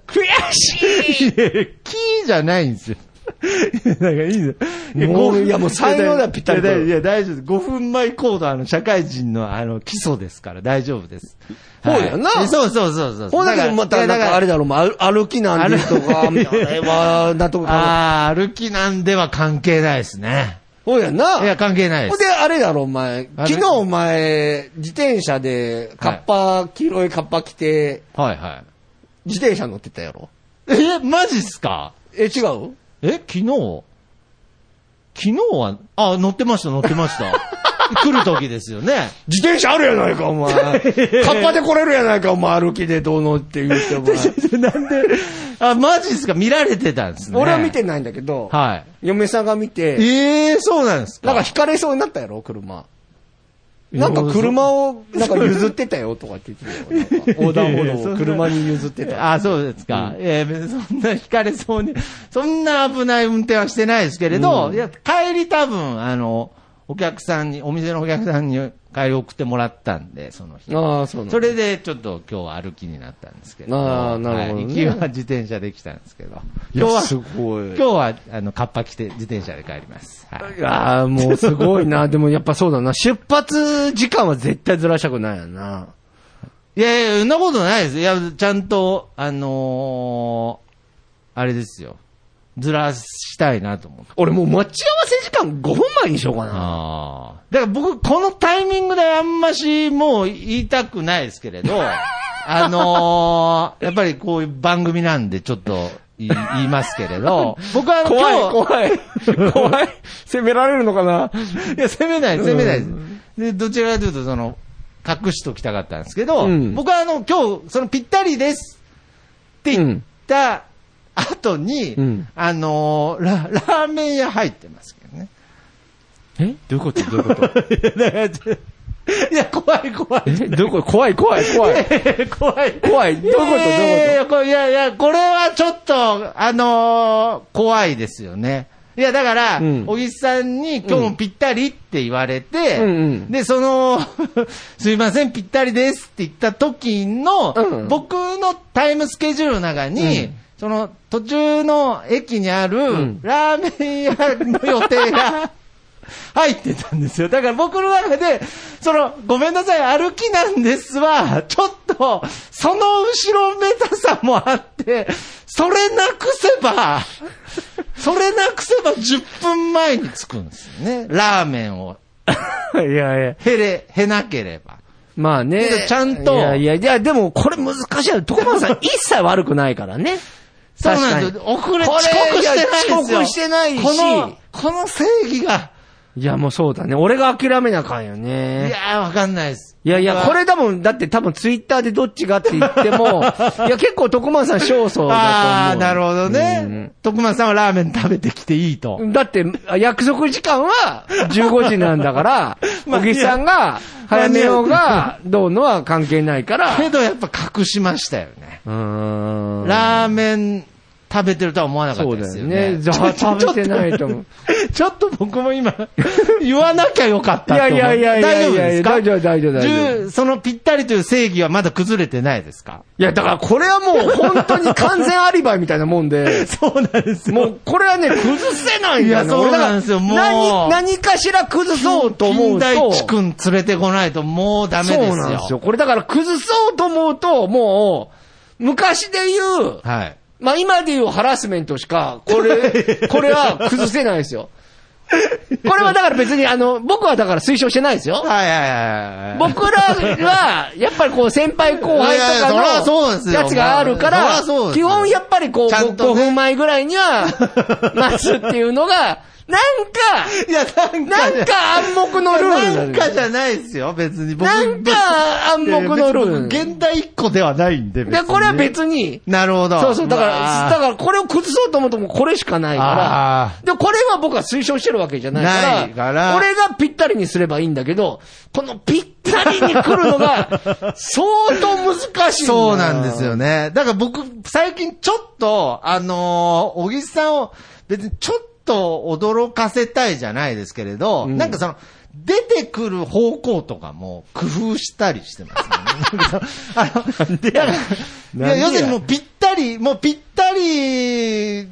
Speaker 1: 悔しい
Speaker 2: キーじゃないんですよ。 [LAUGHS] なんかいいですいや
Speaker 1: もう
Speaker 2: 5分
Speaker 1: いやもう才能だぴったりと
Speaker 2: いやいやいや、大丈夫です。5分前行動、あの、社会人の、あの、基礎ですから大丈夫です。
Speaker 1: そうやな
Speaker 2: はいそうそうそうそう。
Speaker 1: ほんだけどまた、なんかあれだろう、もう歩歩きなんですとか、あ
Speaker 2: 歩
Speaker 1: れは、なんとか。
Speaker 2: あー歩きなんでは関係ないですね。
Speaker 1: そうやんな。
Speaker 2: いや、関係ないで
Speaker 1: ほん
Speaker 2: す。
Speaker 1: で、あれだろ、お前。
Speaker 2: あれ
Speaker 1: 昨日お前、自転車で、カッパ、黄色いカッパ着て、
Speaker 2: はいは
Speaker 1: 自転車乗ってたやろ。
Speaker 2: い。え、マジっすか
Speaker 1: え、違う
Speaker 2: え、昨日昨日は、あ、乗ってました、乗って
Speaker 1: [LAUGHS]
Speaker 2: ました。来る時ですよね。
Speaker 1: 自転車あるやないか、お [LAUGHS] 前。カッパで来れるやないか、お前。歩きでどうのって言って、お [LAUGHS] 前。
Speaker 2: なんで、あ、マジっすか見られてたんですね。
Speaker 1: 俺は見てないんだけど、
Speaker 2: は
Speaker 1: 嫁さんが見
Speaker 2: い。
Speaker 1: て、
Speaker 2: ええそうなんです
Speaker 1: な
Speaker 2: か
Speaker 1: んか惹かれそうになったやろ、車。なんか車を、なんか譲ってたよ、とかって言 [LAUGHS] ってたよ。なんか横断歩道を車に譲ってた。
Speaker 2: あ、そうですか。えーそんな惹かれそうに、そんな危ない運転はしてないですけれど、
Speaker 1: うん
Speaker 2: いや、帰り多分、あの、お客さんに、お店のお客さんに帰り送ってもらったんで、その日。
Speaker 1: ああ、そうなんだ
Speaker 2: それで、ちょっと今日は歩きになったんですけど。
Speaker 1: あーなるほどね
Speaker 2: はい行きは自転車で来たんですけど。
Speaker 1: いや
Speaker 2: 今日は、
Speaker 1: すごい
Speaker 2: 今日は、あの、カッパ着て自転車で帰ります。はい
Speaker 1: いやーもうすごいな。 [LAUGHS] でもやっぱそうだな。出発時間は絶対ずらしたくないよな。
Speaker 2: いやいや、そんなことないです。いや、ちゃんと、あのーあれですよ。ずらしたいなと思って。
Speaker 1: 俺もう待ち合わせ時間5分前にしようかな。
Speaker 2: ああ。だから僕、このタイミングであんまし、もう言いたくないですけれ [LAUGHS] ど、あのーやっぱりこういう番組なんでちょっとい言いますけれど、僕はあの
Speaker 1: 怖
Speaker 2: 今
Speaker 1: い、
Speaker 2: 日
Speaker 1: 怖 [LAUGHS] い。怖い。責められるのかな。
Speaker 2: いや、攻めない、攻めないです。で、どちらかというと、その、隠しときたかったんですけど、
Speaker 1: うん
Speaker 2: 僕はあの、今日、その、ぴったりですって言った後に、
Speaker 1: うん
Speaker 2: あのーラ、ラーメン屋入ってますけどね。 [LAUGHS]
Speaker 1: えどういうこと [LAUGHS] どういうこと
Speaker 2: いや、怖い、怖い。
Speaker 1: えどういうこと怖い、怖い、怖い。
Speaker 2: 怖い。
Speaker 1: [LAUGHS] 怖い。どういうことどうい
Speaker 2: い
Speaker 1: うこ
Speaker 2: やこいやいや、これはちょっと、あのー怖いですよね。いや、だから、
Speaker 1: うん
Speaker 2: 小木さんに今日もぴったりって言われて、
Speaker 1: うんうん
Speaker 2: で、その、 [LAUGHS] すいません、ぴったりですって言った時の、
Speaker 1: うん
Speaker 2: 僕のタイムスケジュールの中に、
Speaker 1: うん
Speaker 2: その途中の駅にあ
Speaker 1: ん
Speaker 2: るラーメン屋の予
Speaker 1: [LAUGHS]
Speaker 2: 定が入ってたんですよ。だから僕の中で、その、ごめんなさい、歩きなんですわ、ちょっと、その後ろめたさもあって、それなくせ
Speaker 1: [LAUGHS]
Speaker 2: ば、それなくせば10分前に着くんですよね。ラーメンを。
Speaker 1: と [LAUGHS] いやいや。
Speaker 2: へれ、へなければ。
Speaker 1: まあね。
Speaker 2: ちゃんと
Speaker 1: いやいや、いや、でもこれ難しいよ。徳間さ [LAUGHS] ん一切悪くないからね。
Speaker 2: そうな
Speaker 1: 確
Speaker 2: んで
Speaker 1: かに
Speaker 2: すよ。遅れ、
Speaker 1: こ
Speaker 2: 遅
Speaker 1: れ
Speaker 2: 刻してないです
Speaker 1: い
Speaker 2: よ。
Speaker 1: や遅刻してないし
Speaker 2: この、この正義が、
Speaker 1: いや、もうそうだね。俺が諦めなあかんよね。
Speaker 2: いやー、わかんないです。
Speaker 1: いやいや、こ
Speaker 2: 僕は、
Speaker 1: れ多分、だって多分ツイッターでどっちがって言って [LAUGHS] も、いや結構徳間さん勝訴だと思う。
Speaker 2: あー、なるほどね。徳間さんはラーメン食べてきていいと
Speaker 1: う。ん。だって、約束時間は15時なんだから、
Speaker 2: [LAUGHS] まあ
Speaker 1: 小木さんが早めようがどうのは関係ないから、
Speaker 2: [LAUGHS] けどやっぱ隠しましたよね。
Speaker 1: うーん。
Speaker 2: ラーメン食べてるとは思わなかったです
Speaker 1: そ
Speaker 2: よね。
Speaker 1: うだよねじゃあ
Speaker 2: ちょ
Speaker 1: 食べてないと思う。
Speaker 2: ちょっとちょっと僕も今、言わなきゃよかった
Speaker 1: い
Speaker 2: と
Speaker 1: や
Speaker 2: 思う。
Speaker 1: いやいやいや
Speaker 2: 大丈
Speaker 1: い
Speaker 2: 夫
Speaker 1: や
Speaker 2: で
Speaker 1: い
Speaker 2: す
Speaker 1: や、
Speaker 2: か
Speaker 1: 大丈夫大丈夫大丈夫。
Speaker 2: 十そのぴったりという正義はまだ崩れてないですか
Speaker 1: いや、だからこれはもう本当に完全アリバイみたいなもんで、
Speaker 2: [LAUGHS] そうなんです
Speaker 1: もうこれはね、崩せないんだよ、ね。
Speaker 2: いやそうなんですよ
Speaker 1: 俺だから
Speaker 2: もう
Speaker 1: 何、何かしら崩そうと思うと。
Speaker 2: 金田一くん連れてこないともうダメですよ。
Speaker 1: そうなんですよ。これだから崩そうと思うと、もう、昔で言う、
Speaker 2: はい。
Speaker 1: まあ今で言うハラスメントしか、これ、これは崩せないですよ。これはだから別に、あの、僕はだから推奨してないですよ。
Speaker 2: はいはいはいはい。
Speaker 1: 僕らは、やっぱりこう、先輩後輩
Speaker 2: いやいやそら
Speaker 1: と
Speaker 2: そう
Speaker 1: か
Speaker 2: です
Speaker 1: の
Speaker 2: よ
Speaker 1: やつがあるか
Speaker 2: まあ
Speaker 1: ら
Speaker 2: そらそうで、す
Speaker 1: 基
Speaker 2: よ
Speaker 1: 本やっぱりこう、
Speaker 2: ちゃん
Speaker 1: 5,
Speaker 2: とね
Speaker 1: 分前ぐらいには、待つっていうのが、なん
Speaker 2: いや、なん
Speaker 1: か、なん
Speaker 2: ね
Speaker 1: か暗黙のルール
Speaker 2: なんかじゃないですよ、別に。僕
Speaker 1: なんか暗黙のルール
Speaker 2: いや別に僕現代一個ではないんで、別
Speaker 1: で、
Speaker 2: に
Speaker 1: これは別に、
Speaker 2: なるほど。
Speaker 1: そうそう、だから、
Speaker 2: まあ
Speaker 1: だからこれを崩そうと思うともうこれしかないか
Speaker 2: あ
Speaker 1: ら、で、これは僕は推奨してるわけじゃないから、
Speaker 2: ないから
Speaker 1: 俺がぴったりにすればいいんだけど、このぴったりに来るのが、相当難しいだ
Speaker 2: そうなんです。よね。だから僕、最近ちょっと、あのー小木さんを、別にちょっと驚かせたいじゃないですけれど、
Speaker 1: うん
Speaker 2: なんかその、出てくる方向とかも工夫したりしてます、ね。
Speaker 1: [LAUGHS]
Speaker 2: なんかあのい
Speaker 1: なん
Speaker 2: や、
Speaker 1: でや
Speaker 2: 要するにもうぴったり、もうぴったり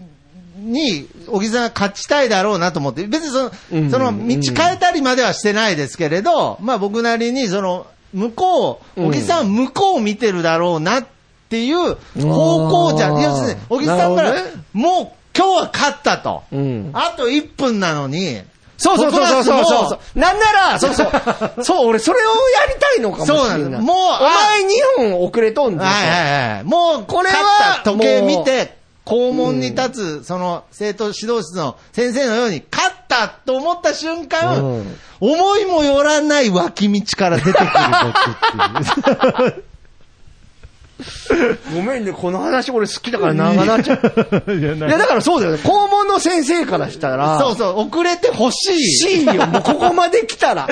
Speaker 2: に、小木さんが勝ちたいだろうなと思って、別にその、
Speaker 1: うん
Speaker 2: その道変えたりまではしてないですけれど、まあ僕なりに、その、向こう、
Speaker 1: うん
Speaker 2: 小木さんは向こうを見てるだろうなっていう方向じ
Speaker 1: あ
Speaker 2: ゃ
Speaker 1: ー
Speaker 2: ん。要するに、小木さん
Speaker 1: な
Speaker 2: から、
Speaker 1: るほどね
Speaker 2: もう今日は勝ったと。
Speaker 1: うん
Speaker 2: あと1分なのに、
Speaker 1: そうそうそうそうそう
Speaker 2: ここだ
Speaker 1: そう
Speaker 2: とも
Speaker 1: なんなら、そうそう。そう、俺それをやりたいのかもしれない。
Speaker 2: そうなんですもう
Speaker 1: お前2本遅れとん
Speaker 2: う
Speaker 1: だ
Speaker 2: はいはいはい。もう、
Speaker 1: こ
Speaker 2: こ
Speaker 1: れ
Speaker 2: れ
Speaker 1: は
Speaker 2: は、時計見て、校門に
Speaker 1: うん
Speaker 2: 立つ、その、生徒指導室の先生のように、勝ったと思った瞬間、
Speaker 1: うん
Speaker 2: 思いもよらない脇道から出てくる僕っていう。
Speaker 1: ごめんね、この話俺好きだから長なっちゃう。
Speaker 2: いや
Speaker 1: いや、だからそうだよね。校門の先生からしたら、
Speaker 2: そうそう、遅れてほしい。
Speaker 1: しいよ。もうここまで来たら。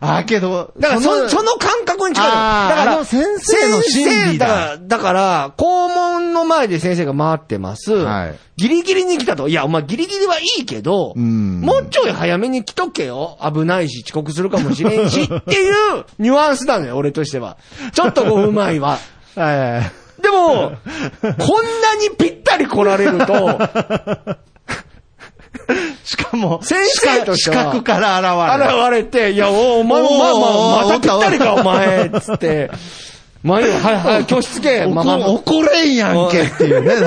Speaker 2: あ、けど、
Speaker 1: だからそ、そ
Speaker 2: の
Speaker 1: の感覚に近いの
Speaker 2: あー
Speaker 1: だから、
Speaker 2: あの先生の心理だ
Speaker 1: 先生だから、だから、校門の前で先生が回ってます。
Speaker 2: はい
Speaker 1: ギリギリに来たと。いや、お前ギリギリはいいけど、
Speaker 2: うん
Speaker 1: もうちょい早めに来とけよ。危ないし、遅刻するかもしれんし、っていうニュアンスなのよ、俺としては。ちょっと5分前は。
Speaker 2: はい。
Speaker 1: でも、こんなにぴったり来られると、
Speaker 2: しかも、
Speaker 1: 先生として
Speaker 2: 視
Speaker 1: は
Speaker 2: 覚から現れる。
Speaker 1: 現れて、いや、おお前も
Speaker 2: おー
Speaker 1: まあまあ、
Speaker 2: おー
Speaker 1: またぴったりか、お前、つって。まあいいよ、はいはい、教室け、まあまあまあ
Speaker 2: 怒怒れんやんけっていうね。 [LAUGHS]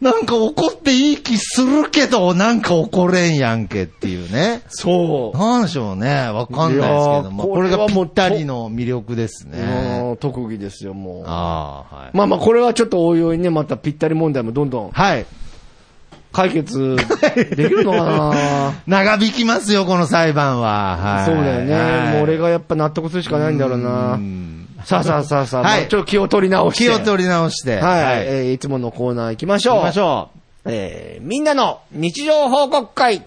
Speaker 2: なんか怒っていい気するけど、なんか怒れんやんけっていうね。
Speaker 1: そう。
Speaker 2: なんでしょうね。わかんないですけども。
Speaker 1: いやー
Speaker 2: これ
Speaker 1: これはも
Speaker 2: がぴ
Speaker 1: う
Speaker 2: ったりの魅力ですね。
Speaker 1: うん特技ですよ、もう。
Speaker 2: ああ、はい。
Speaker 1: まあまあ、これはちょっとおいおいね、またぴったり問題もどんどん
Speaker 2: はい。
Speaker 1: 解決できるのか
Speaker 2: 長引きますよ、この裁判は。は
Speaker 1: な
Speaker 2: い。
Speaker 1: そうだよ
Speaker 2: はい
Speaker 1: ね。もう俺がやっぱ納得するしかないんだろう
Speaker 2: う
Speaker 1: な。
Speaker 2: ん
Speaker 1: さあさあさあさあ、
Speaker 2: はい
Speaker 1: もうちょっと気を取り直して。
Speaker 2: 気を取り直して。
Speaker 1: はい、
Speaker 2: 行
Speaker 1: えーいつものコーナー行きましょう。
Speaker 2: きましょう。
Speaker 1: えーみんなの日常報告会。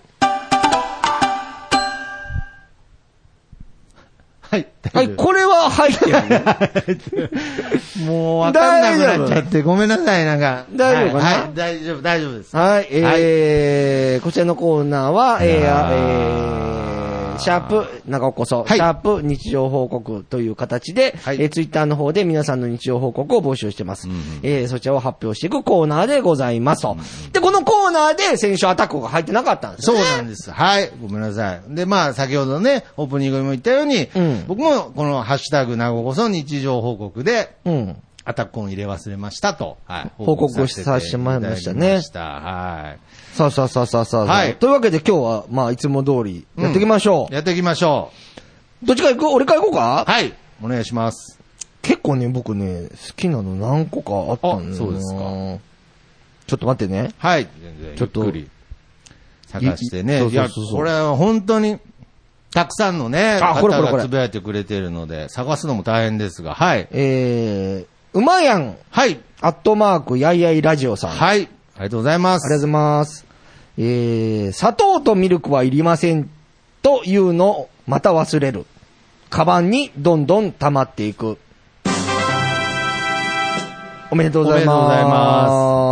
Speaker 2: はい。
Speaker 1: はい、これは入ってる、ね。
Speaker 2: もうわかんなくなっちゃって、ごめんなさい、なんか。
Speaker 1: 大丈夫かな
Speaker 2: はい、はい大丈夫、大丈夫です。
Speaker 1: はい、えーこちらのコーナーは、えー
Speaker 2: いやー
Speaker 1: えーシャープ、長尾こそ、
Speaker 2: はい
Speaker 1: シャープ日常報告という形で、
Speaker 2: はい
Speaker 1: えーツイッターの方で皆さんの日常報告を募集してます。
Speaker 2: うんうん
Speaker 1: えーそちらを発表していくコーナーでございますと。で、このコーナーで先週アタックが入ってなかったんです
Speaker 2: そ
Speaker 1: よ
Speaker 2: う
Speaker 1: ね。
Speaker 2: なんです。はい。ごめんなさい。で、まあ、先ほどね、オープニングにも言ったように、
Speaker 1: うん
Speaker 2: 僕もこのハッシュタグ、なごこそ日常報告で、
Speaker 1: うん。
Speaker 2: アタックを入れ忘れましたと、はい。
Speaker 1: 報告をさせてもらいましたね
Speaker 2: 報告させていただきましたは
Speaker 1: さあさあさあさあさあ。
Speaker 2: はい
Speaker 1: というわけで今日は、まあ、いつも通りやっていきましょ
Speaker 2: い。やっていきましょ
Speaker 1: う。どっちから行く俺から行こうか
Speaker 2: う。はい。お願いします。
Speaker 1: 結構ね、僕ね、好きなの何個かあったんだよな
Speaker 2: あそうですか
Speaker 1: ちょっと待ってね。
Speaker 2: はい。全然
Speaker 1: ちょっと
Speaker 2: ゆっくり探してね。
Speaker 1: いい
Speaker 2: いや、
Speaker 1: そうそうそうそう
Speaker 2: これは本当に、たくさんのね、
Speaker 1: あこ
Speaker 2: 方
Speaker 1: れこれこれ
Speaker 2: がつぶやいてくれてるので、探すのも大変ですが、はい。
Speaker 1: えー、うまやん、
Speaker 2: はい。
Speaker 1: アットマーク、やいやいラジオさん。あり
Speaker 2: はい。ありがとうございま
Speaker 1: がとうご
Speaker 2: す。
Speaker 1: ざいます。えー、砂糖とミルクはいりませんというのをまた忘れる。カバンにどんどん溜まっていく。おめでとうございま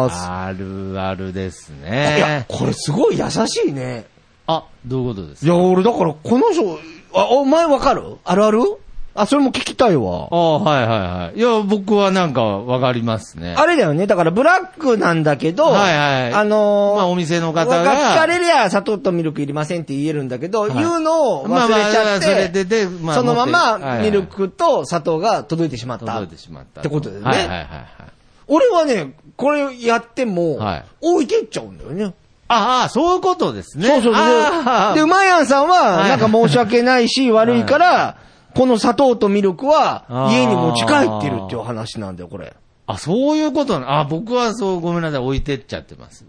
Speaker 1: す。
Speaker 2: あるあるです
Speaker 1: いや
Speaker 2: ね、。
Speaker 1: これすごい優しいね。
Speaker 2: あ、どういうことです
Speaker 1: いや、俺だからこの人、あ、お前わかるあるあるあ、それも聞きたいわ。
Speaker 2: あはいはいはい。いや、僕はなんかわかりますね。
Speaker 1: あれだよね。だから、ブラックなんだけど、
Speaker 2: はいはい
Speaker 1: あのー、
Speaker 2: まあお店の方が
Speaker 1: わか聞かれりゃ、砂糖とミルクいりませんって言えるんだけど、
Speaker 2: い
Speaker 1: 言うのを忘れちゃって、
Speaker 2: まあまあ忘れててまあ
Speaker 1: そのま
Speaker 2: 持って
Speaker 1: ま、
Speaker 2: る
Speaker 1: ミルクと砂糖が届いてしまった。
Speaker 2: 届いてしまった。
Speaker 1: ってことだよね
Speaker 2: はいはいはいはい。
Speaker 1: 俺はね、これやっても、
Speaker 2: はい
Speaker 1: 置いてっちゃうんだよね。
Speaker 2: ああ、そういうことですね。
Speaker 1: そうそう
Speaker 2: あ
Speaker 1: そう。
Speaker 2: あ
Speaker 1: で、うまいやんさんは、
Speaker 2: はい
Speaker 1: なんか申し訳ない
Speaker 2: [LAUGHS]
Speaker 1: し、悪いから、この砂糖とミルクは
Speaker 2: あー
Speaker 1: 家に持ち帰ってるっていう話なんだよ、これ。
Speaker 2: あ、そういうことなのあ、僕はそう、ごめんなさい、置いてっちゃってます。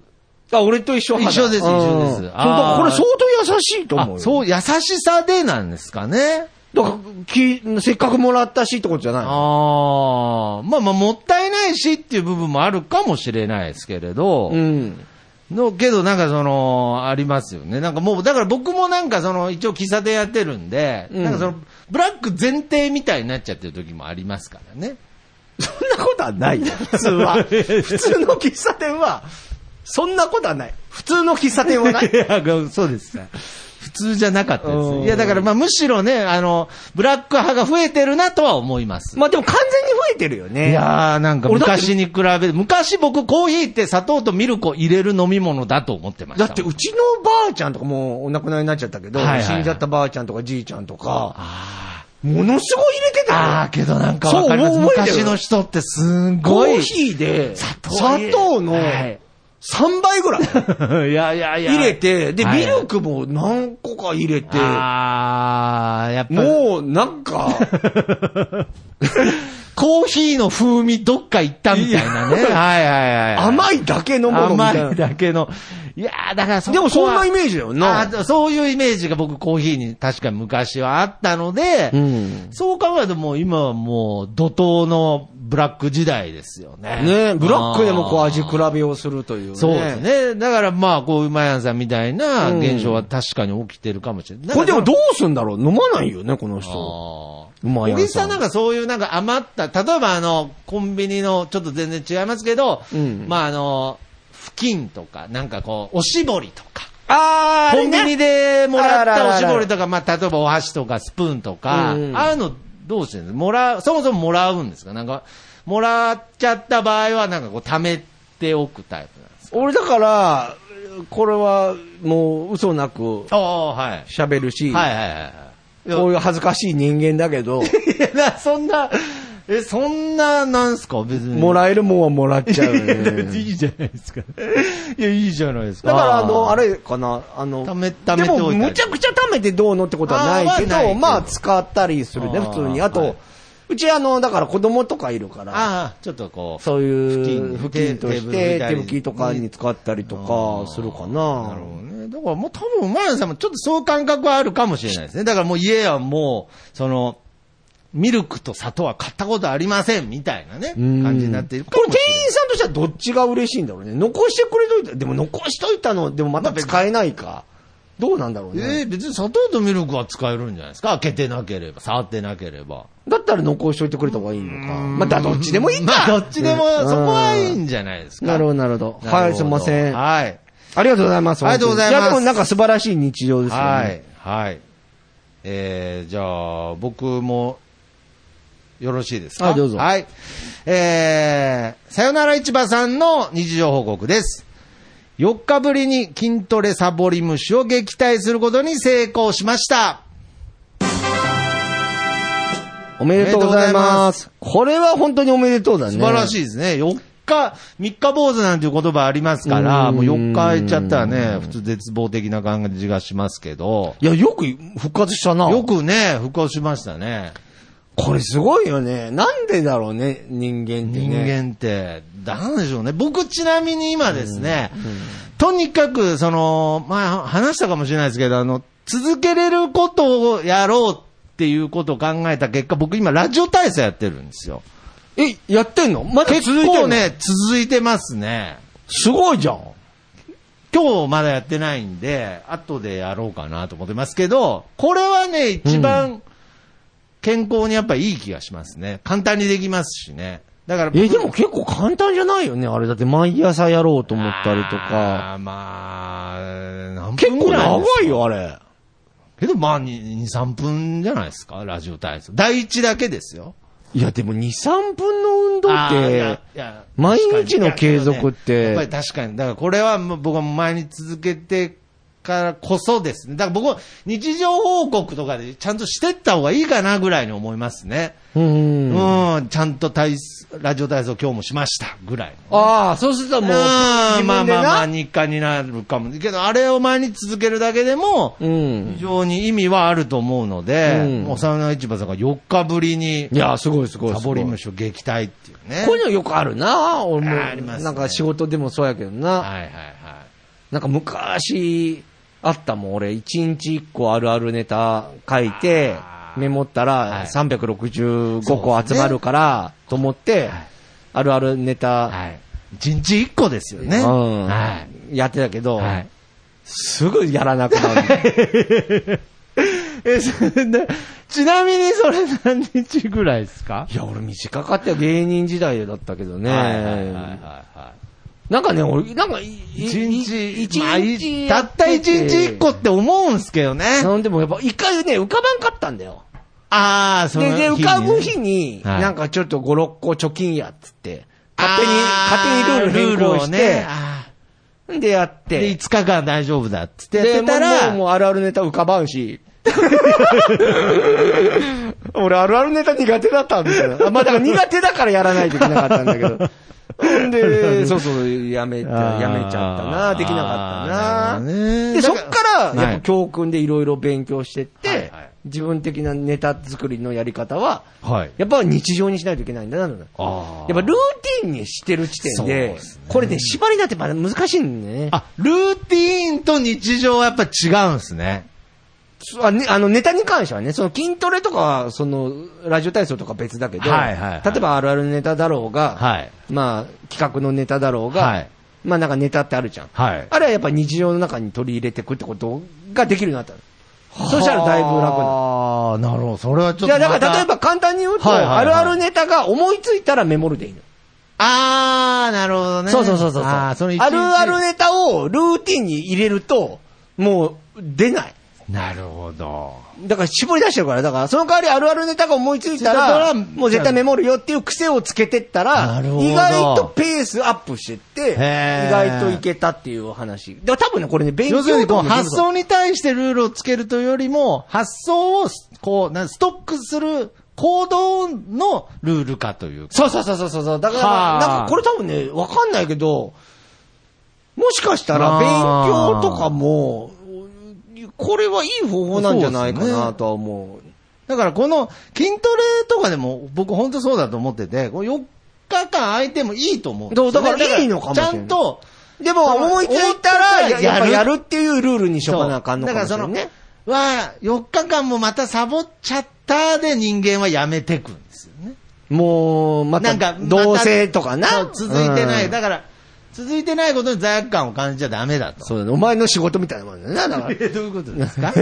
Speaker 1: あ、俺と一緒
Speaker 2: 一緒です
Speaker 1: うん
Speaker 2: 一緒です
Speaker 1: そうだか
Speaker 2: あー
Speaker 1: らこれ相当優しいと思う
Speaker 2: あ
Speaker 1: よ。
Speaker 2: そう、優しさでなんですかね。
Speaker 1: だからき、せっかくもらったしってことじゃないの
Speaker 2: ああ、まあまあ、もったいないしっていう部分もあるかもしれないですけれど、
Speaker 1: うん。
Speaker 2: の、けどなんかその、ありますよね。なんかもう、だから僕もなんかその、一応喫茶店やってるんで、
Speaker 1: うん
Speaker 2: なんかその、ブラック前提みたいになっちゃってる時もありますからね。
Speaker 1: そんなことはないよ、普通
Speaker 2: [LAUGHS]
Speaker 1: は。普通の喫茶店は、そんなことはない。普通の喫茶店は [LAUGHS] ない。
Speaker 2: いや、がそうですか。普通じゃなかったで
Speaker 1: う
Speaker 2: す。
Speaker 1: ん
Speaker 2: いや、だからまあむしろね、あの、ブラック派が増えてるなとは思い [LAUGHS] ます。
Speaker 1: まあでも完全に増えてるよね。
Speaker 2: いやー、なんか
Speaker 1: 俺だって
Speaker 2: 昔に比べて、昔僕コーヒーって砂糖とミルクを入れる飲み物だと思ってまし
Speaker 1: だ
Speaker 2: た。
Speaker 1: ってうちのばあちゃんとかもうお亡くなりになっちゃったけど、
Speaker 2: はいはいはい
Speaker 1: 死んじゃったばあちゃんとかじいちゃんとか、
Speaker 2: あ
Speaker 1: ものすごい入れてたよ
Speaker 2: あー、けどなんかわかります。
Speaker 1: そう覚えてる
Speaker 2: 昔の人ってすん
Speaker 1: コ
Speaker 2: ごい。
Speaker 1: ーヒーで
Speaker 2: 砂糖
Speaker 1: 砂糖の
Speaker 2: はい
Speaker 1: 3倍ぐらい
Speaker 2: [LAUGHS] いやいやいや。
Speaker 1: 入れて、で、
Speaker 2: はい
Speaker 1: ミルクも何個か入れて、
Speaker 2: ああ、やっぱり。
Speaker 1: もうなんか、
Speaker 2: [LAUGHS] コーヒーの風味どっか行ったみたいなね。はいはいはい。い
Speaker 1: 甘いだけのものみたいな。
Speaker 2: 甘いだけの。いやーだからそ
Speaker 1: でもそんなイ
Speaker 2: ージ
Speaker 1: メージだよ
Speaker 2: あ
Speaker 1: な。
Speaker 2: ーそういうイメージが僕コーヒーに確か昔はあったので、
Speaker 1: うん
Speaker 2: そう考えるともう今はもう怒涛のブラック時代ですよね。
Speaker 1: ねブラックでもこう
Speaker 2: あー
Speaker 1: 味比べをするというね。
Speaker 2: そうです。ね。だからまあ、こういうマヤンさんみたいな
Speaker 1: うん
Speaker 2: 現象は確かに起きてるかもしれない。
Speaker 1: これでも
Speaker 2: なんか
Speaker 1: どうすんだろう飲まないよね、この
Speaker 2: そ
Speaker 1: 人。
Speaker 2: の
Speaker 1: うまいやん
Speaker 2: 小木
Speaker 1: さ
Speaker 2: さ
Speaker 1: ん
Speaker 2: んなんかそういうなんか余った、例えばあの、コンビニの、ちょっと全然違いますけど、
Speaker 1: うん
Speaker 2: まああの、布巾とか、なんかこう、おしぼりとか、
Speaker 1: あ
Speaker 2: コンビニでもら
Speaker 1: あら
Speaker 2: っ
Speaker 1: ら
Speaker 2: た
Speaker 1: ら
Speaker 2: おしぼりとか、まあ例えばお箸とかスプーンとか、
Speaker 1: うん
Speaker 2: ああいうのどうしてるんですもらう、そもそももらうんですかなんか、もらっちゃった場合はなんかこう、貯めておくタイプなんですか
Speaker 1: 俺だから、これはもう嘘なく
Speaker 2: ああ、はい。
Speaker 1: 喋るし、
Speaker 2: はいはいはいはい。
Speaker 1: こういう恥ずかしい人間だけ [LAUGHS] ど、
Speaker 2: いや、な、そんな、え、そんな、なんすか別に。
Speaker 1: もらえるもんはもらっち [LAUGHS] ゃう、
Speaker 2: [LAUGHS] いやだって
Speaker 1: ね。
Speaker 2: いいじゃないですか。いや、いいじゃないですか。
Speaker 1: だから、あの、あれかな、あの、
Speaker 2: 貯め貯めておいた
Speaker 1: で
Speaker 2: り
Speaker 1: も、むちゃくちゃ貯めてどうのってことはないけ
Speaker 2: あーはない
Speaker 1: ど、
Speaker 2: けど
Speaker 1: まあ、使ったりするね、
Speaker 2: あー
Speaker 1: 普通に。あと、
Speaker 2: はいう
Speaker 1: ち、あの、だから子供とかいるから、
Speaker 2: ああ、ちょっとこう。
Speaker 1: そういう、
Speaker 2: 布
Speaker 1: 布
Speaker 2: 巾
Speaker 1: 巾とし
Speaker 2: テーブルみ
Speaker 1: て、
Speaker 2: たい
Speaker 1: 手拭
Speaker 2: に
Speaker 1: きとかに使ったりと
Speaker 2: あ
Speaker 1: か
Speaker 2: ー、
Speaker 1: するかな。
Speaker 2: なるほどね。だからもう多分、マヤさんもちょっとそういう感覚はあるかもしれないですね。だからもう家はもう、その、ミルクと砂糖は買ったことありません、みたいなね、
Speaker 1: うん
Speaker 2: 感じになっているか
Speaker 1: こ
Speaker 2: も
Speaker 1: れ
Speaker 2: し
Speaker 1: 店
Speaker 2: れない。
Speaker 1: 員さんとしてはどっちが嬉しいんだろうね。残してくれといた。でも残しといたの、でもまた使えないか。どうなんだろう
Speaker 2: え
Speaker 1: ね。
Speaker 2: え別に砂糖とミルクは使えるんじゃないですか開けてなければ、触ってなければ。
Speaker 1: だったら残しといてくれた方がいいのか。まあだ、どっちでもいいか。
Speaker 2: まあ、どっちでも、
Speaker 1: うん
Speaker 2: そこはいいんじゃないですか。
Speaker 1: なるほど、
Speaker 2: な
Speaker 1: なるほど。はい、すいません。あ
Speaker 2: はい。
Speaker 1: りがとうございます。
Speaker 2: ありがとうございます
Speaker 1: や、でもなんか素晴らしい日常ですよね。
Speaker 2: はい。はい。えー、じゃあ、僕も、よろしいですか
Speaker 1: はいどうぞ
Speaker 2: はい。えー、さよなら市場さんの日常報告です。4日ぶりに筋トレサボり虫を撃退することに成功しました。
Speaker 1: おめでとうございます。これは本当におめでとうだね。
Speaker 2: 素晴らしい
Speaker 1: い。
Speaker 2: ですね。4日、3日坊主なんていう言葉ありますから、
Speaker 1: うん
Speaker 2: もう4日空いちゃったらね、普通絶望的な感じがしますけど、
Speaker 1: いや、よく復活したな。
Speaker 2: よ。くね、復活しましたね。
Speaker 1: これすごいよね。なんでだろうね、人間ってね。
Speaker 2: 人間って、なんでしょうね。僕ちなみに今ですね、とにかく、その、まあ、話したかもしれないですけど、あの、続けれることをやろうっていうことを考えた結果、僕今ラジオ体操やってるんですよ。
Speaker 1: え、やってんのまだ
Speaker 2: 結
Speaker 1: 続いてん
Speaker 2: 構
Speaker 1: の。
Speaker 2: ね、続いてますね。
Speaker 1: すごいじゃん。
Speaker 2: 今日まだやってないんで、後でやろうかなと思ってますけど、これはね、一番健康にやっぱいい気がしますね。簡単にできますしね。だから
Speaker 1: え、でも結構簡単じゃないよね。あれだって毎朝やろうと思ったりとか。
Speaker 2: あー。まあ、何
Speaker 1: 結
Speaker 2: 分
Speaker 1: 構
Speaker 2: ぐらい
Speaker 1: 長
Speaker 2: ですか
Speaker 1: いよ、あれ。
Speaker 2: けど、まあ、2、3分じゃないですか、ラジオ体操。第一だけですよ。
Speaker 1: いや、でも2、3分の運動
Speaker 2: あ
Speaker 1: っ
Speaker 2: ーい
Speaker 1: て
Speaker 2: や、いや
Speaker 1: 毎日の継続って
Speaker 2: いやいややっぱり確かに。だから、これはもう僕はもう毎日続けてからこそですね。だから僕は日常報告とかでちゃんとしてった方がいいかなぐらいに思いますね。
Speaker 1: うん。あ
Speaker 2: うん、ちゃんと体操ラジオ体操今日もしましたぐらい。
Speaker 1: あ、そうするともう、
Speaker 2: うん
Speaker 1: 自
Speaker 2: まあ
Speaker 1: 分で
Speaker 2: まあま
Speaker 1: な。
Speaker 2: あ日課になるかも。けど、あれを毎日続けるだけでも、
Speaker 1: う
Speaker 2: 非
Speaker 1: ん。
Speaker 2: 常に意味はあると思うので、
Speaker 1: うん
Speaker 2: もうサウナ市場さんが4日ぶりに
Speaker 1: い、や、すごいすごいすごい。
Speaker 2: サボり虫を撃退っていうね。
Speaker 1: こういうのよくあるな俺も。
Speaker 2: ありますね
Speaker 1: なんか仕事でもそうやけどな。
Speaker 2: はいはいはい。
Speaker 1: なんか昔、あったもん、俺、1日1個あるあるネタ書いて
Speaker 2: あ、ー
Speaker 1: メモった
Speaker 2: は
Speaker 1: ら
Speaker 2: い
Speaker 1: 365個集まるから、と思って
Speaker 2: はい、
Speaker 1: あるあるネタ、
Speaker 2: はい。1日1個ですよね。
Speaker 1: うん
Speaker 2: は
Speaker 1: やってたけ
Speaker 2: い。
Speaker 1: ど、
Speaker 2: はい。
Speaker 1: すぐやらなくな
Speaker 2: [LAUGHS]
Speaker 1: る。
Speaker 2: え、それで、ちなみにそれ何日ぐらいですか
Speaker 1: いや、俺短かったよ、芸人時代だったけど
Speaker 2: はいはいはいはい
Speaker 1: ね。
Speaker 2: は
Speaker 1: なんかね、俺、なんかい、
Speaker 2: い。
Speaker 1: い
Speaker 2: 一日、
Speaker 1: い一
Speaker 2: まあ
Speaker 1: 日
Speaker 2: い
Speaker 1: や
Speaker 2: た
Speaker 1: て
Speaker 2: った一日一個って思うんすけどね。 [LAUGHS]
Speaker 1: なんでもやっぱ一回ね、浮かばんかったんだよ。
Speaker 2: ああ、その
Speaker 1: で、で、浮
Speaker 2: 日にね
Speaker 1: かぶ日に、
Speaker 2: はい
Speaker 1: なんかちょっと5、6個貯金やっつって、勝手に、勝手にルール変更して、で、やっ
Speaker 2: で、
Speaker 1: て、
Speaker 2: 5日間大丈夫だっつってやっ
Speaker 1: で、
Speaker 2: てたら、
Speaker 1: もうもうあるあるネタ浮かばんし、 [LAUGHS] 俺あるあるネタ苦手だったんだ [LAUGHS] よ。あまあだから苦手だからやらないといけなかったんだけど。ほん [LAUGHS] で、そうそう、やめた、やめちゃったな、できなか
Speaker 2: あ
Speaker 1: った
Speaker 2: ー
Speaker 1: な。
Speaker 2: なるほどね
Speaker 1: で、
Speaker 2: だ
Speaker 1: そっ
Speaker 2: から
Speaker 1: から、
Speaker 2: はい
Speaker 1: やっぱ教訓でいろいろ勉強してって、
Speaker 2: はいはい
Speaker 1: 自分的なネタ作りのやり方は、
Speaker 2: はい
Speaker 1: やっぱ日常にしないといけないんだな、やっぱ
Speaker 2: あ
Speaker 1: ルーティンにしてる時点で、
Speaker 2: そうです
Speaker 1: これね、縛りだってまだ難しいんだよね。
Speaker 2: あ、ルーティーンと日常はやっぱ違うんすね。
Speaker 1: そうあね、あの、ネタに関してはね、その筋トレとかは、その、ラジオ体操とか別だけど、
Speaker 2: はいはいはい
Speaker 1: 例えばあるあるネタだろうが、
Speaker 2: はい
Speaker 1: まあ、企画のネタだろうが、
Speaker 2: はい
Speaker 1: まあなんかネタってあるじゃん。
Speaker 2: はい
Speaker 1: あれはやっぱ日常の中に取り入れていくってことができるようになったの。そしたらだいぶ楽だ。
Speaker 2: ああ、なるほど。それはちょっと。
Speaker 1: いや、だから例えば。簡単に言うと、
Speaker 2: はいはいはい
Speaker 1: あるあるネタが思いついたらメモるでいいの。
Speaker 2: ああ、なるほどね。
Speaker 1: そうそうそうそう。
Speaker 2: ああ、その一日
Speaker 1: あるあるネタをルーティンに入れると、もう出ない。
Speaker 2: なるほど。
Speaker 1: だから絞り出してるから、だからその代わりあるあるネタが思いついたら、
Speaker 2: だから
Speaker 1: もう絶対メモるよっていう癖をつけてったら
Speaker 2: な、るほど
Speaker 1: 意外とペースアップしてって、意
Speaker 2: へ
Speaker 1: 外
Speaker 2: ー
Speaker 1: といけたっていう話。だから多分ね、これね、勉強
Speaker 2: 要するに、
Speaker 1: と
Speaker 2: こ
Speaker 1: か
Speaker 2: う、
Speaker 1: も
Speaker 2: 発想に対してルールをつけるというよりも、発想を、こう、なんストックする行動のルール化というか。
Speaker 1: そうそうそうそうそう。だから、
Speaker 2: はあ
Speaker 1: なんかこれ多分ね、わかんないけど、もしかしたら勉強とかも、これはいい方法なんじゃないかなとは思う。
Speaker 2: だからこの筋トレとかでも僕本当そうだと思ってて、これ4日間空いてもいいと思う。
Speaker 1: どうだから
Speaker 2: それ
Speaker 1: いいのかもしれない
Speaker 2: ちゃんと、
Speaker 1: でも、
Speaker 2: そう
Speaker 1: 思いついたら、
Speaker 2: 思ったら
Speaker 1: やっぱや
Speaker 2: や
Speaker 1: るっていうルールにしとかなあかんの
Speaker 2: だ
Speaker 1: か
Speaker 2: か
Speaker 1: もしれ
Speaker 2: らそ
Speaker 1: ない
Speaker 2: の、
Speaker 1: ね
Speaker 2: ね。、は、4日間もまたサボっちゃったで人間はやめてくんですよね。
Speaker 1: もう、また、
Speaker 2: なんか、
Speaker 1: 同性とか
Speaker 2: ま
Speaker 1: な。
Speaker 2: たそう続いてない。
Speaker 1: うん
Speaker 2: だから、続いてないことに罪悪感を感じちゃダメだと。
Speaker 1: そうだね。お前の仕事みたいなもんだよな、だから。
Speaker 2: え [LAUGHS] どういうことで
Speaker 1: [LAUGHS]
Speaker 2: すか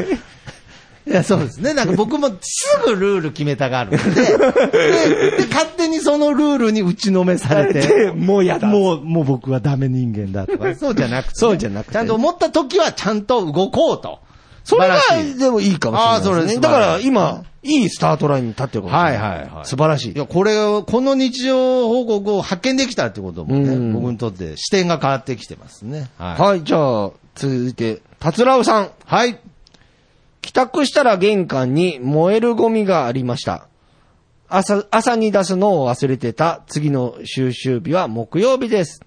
Speaker 2: いや、そうですね。なんか僕もすぐルール決めた
Speaker 1: [LAUGHS]
Speaker 2: がるんで、でで勝手にそのルールに打ちのめさ
Speaker 1: [LAUGHS]
Speaker 2: れて、
Speaker 1: もうやだ。
Speaker 2: もう、もう僕はダメ人間だとか、 [LAUGHS] そうじゃなくて、
Speaker 1: そうじゃなくて
Speaker 2: ちゃんと思った時はちゃんと動こうと。
Speaker 1: それが
Speaker 2: 素晴らし、い
Speaker 1: でもいいかもしれない、
Speaker 2: あーそれ素晴らしい
Speaker 1: だから、今、いいスタートラインに立ってるかもしれない。
Speaker 2: はいはいはい
Speaker 1: 素晴らしい
Speaker 2: い。や、これを、この日常報告を発見できたってことも
Speaker 1: うん
Speaker 2: ね、僕にとって視点が変わってきてますね。はい。
Speaker 1: はい、じゃあ、続いて、達郎さん。
Speaker 2: はい。
Speaker 1: 帰宅したら玄関に燃えるゴミがありました。朝、朝に出すのを忘れてた次の収集日は木曜日です。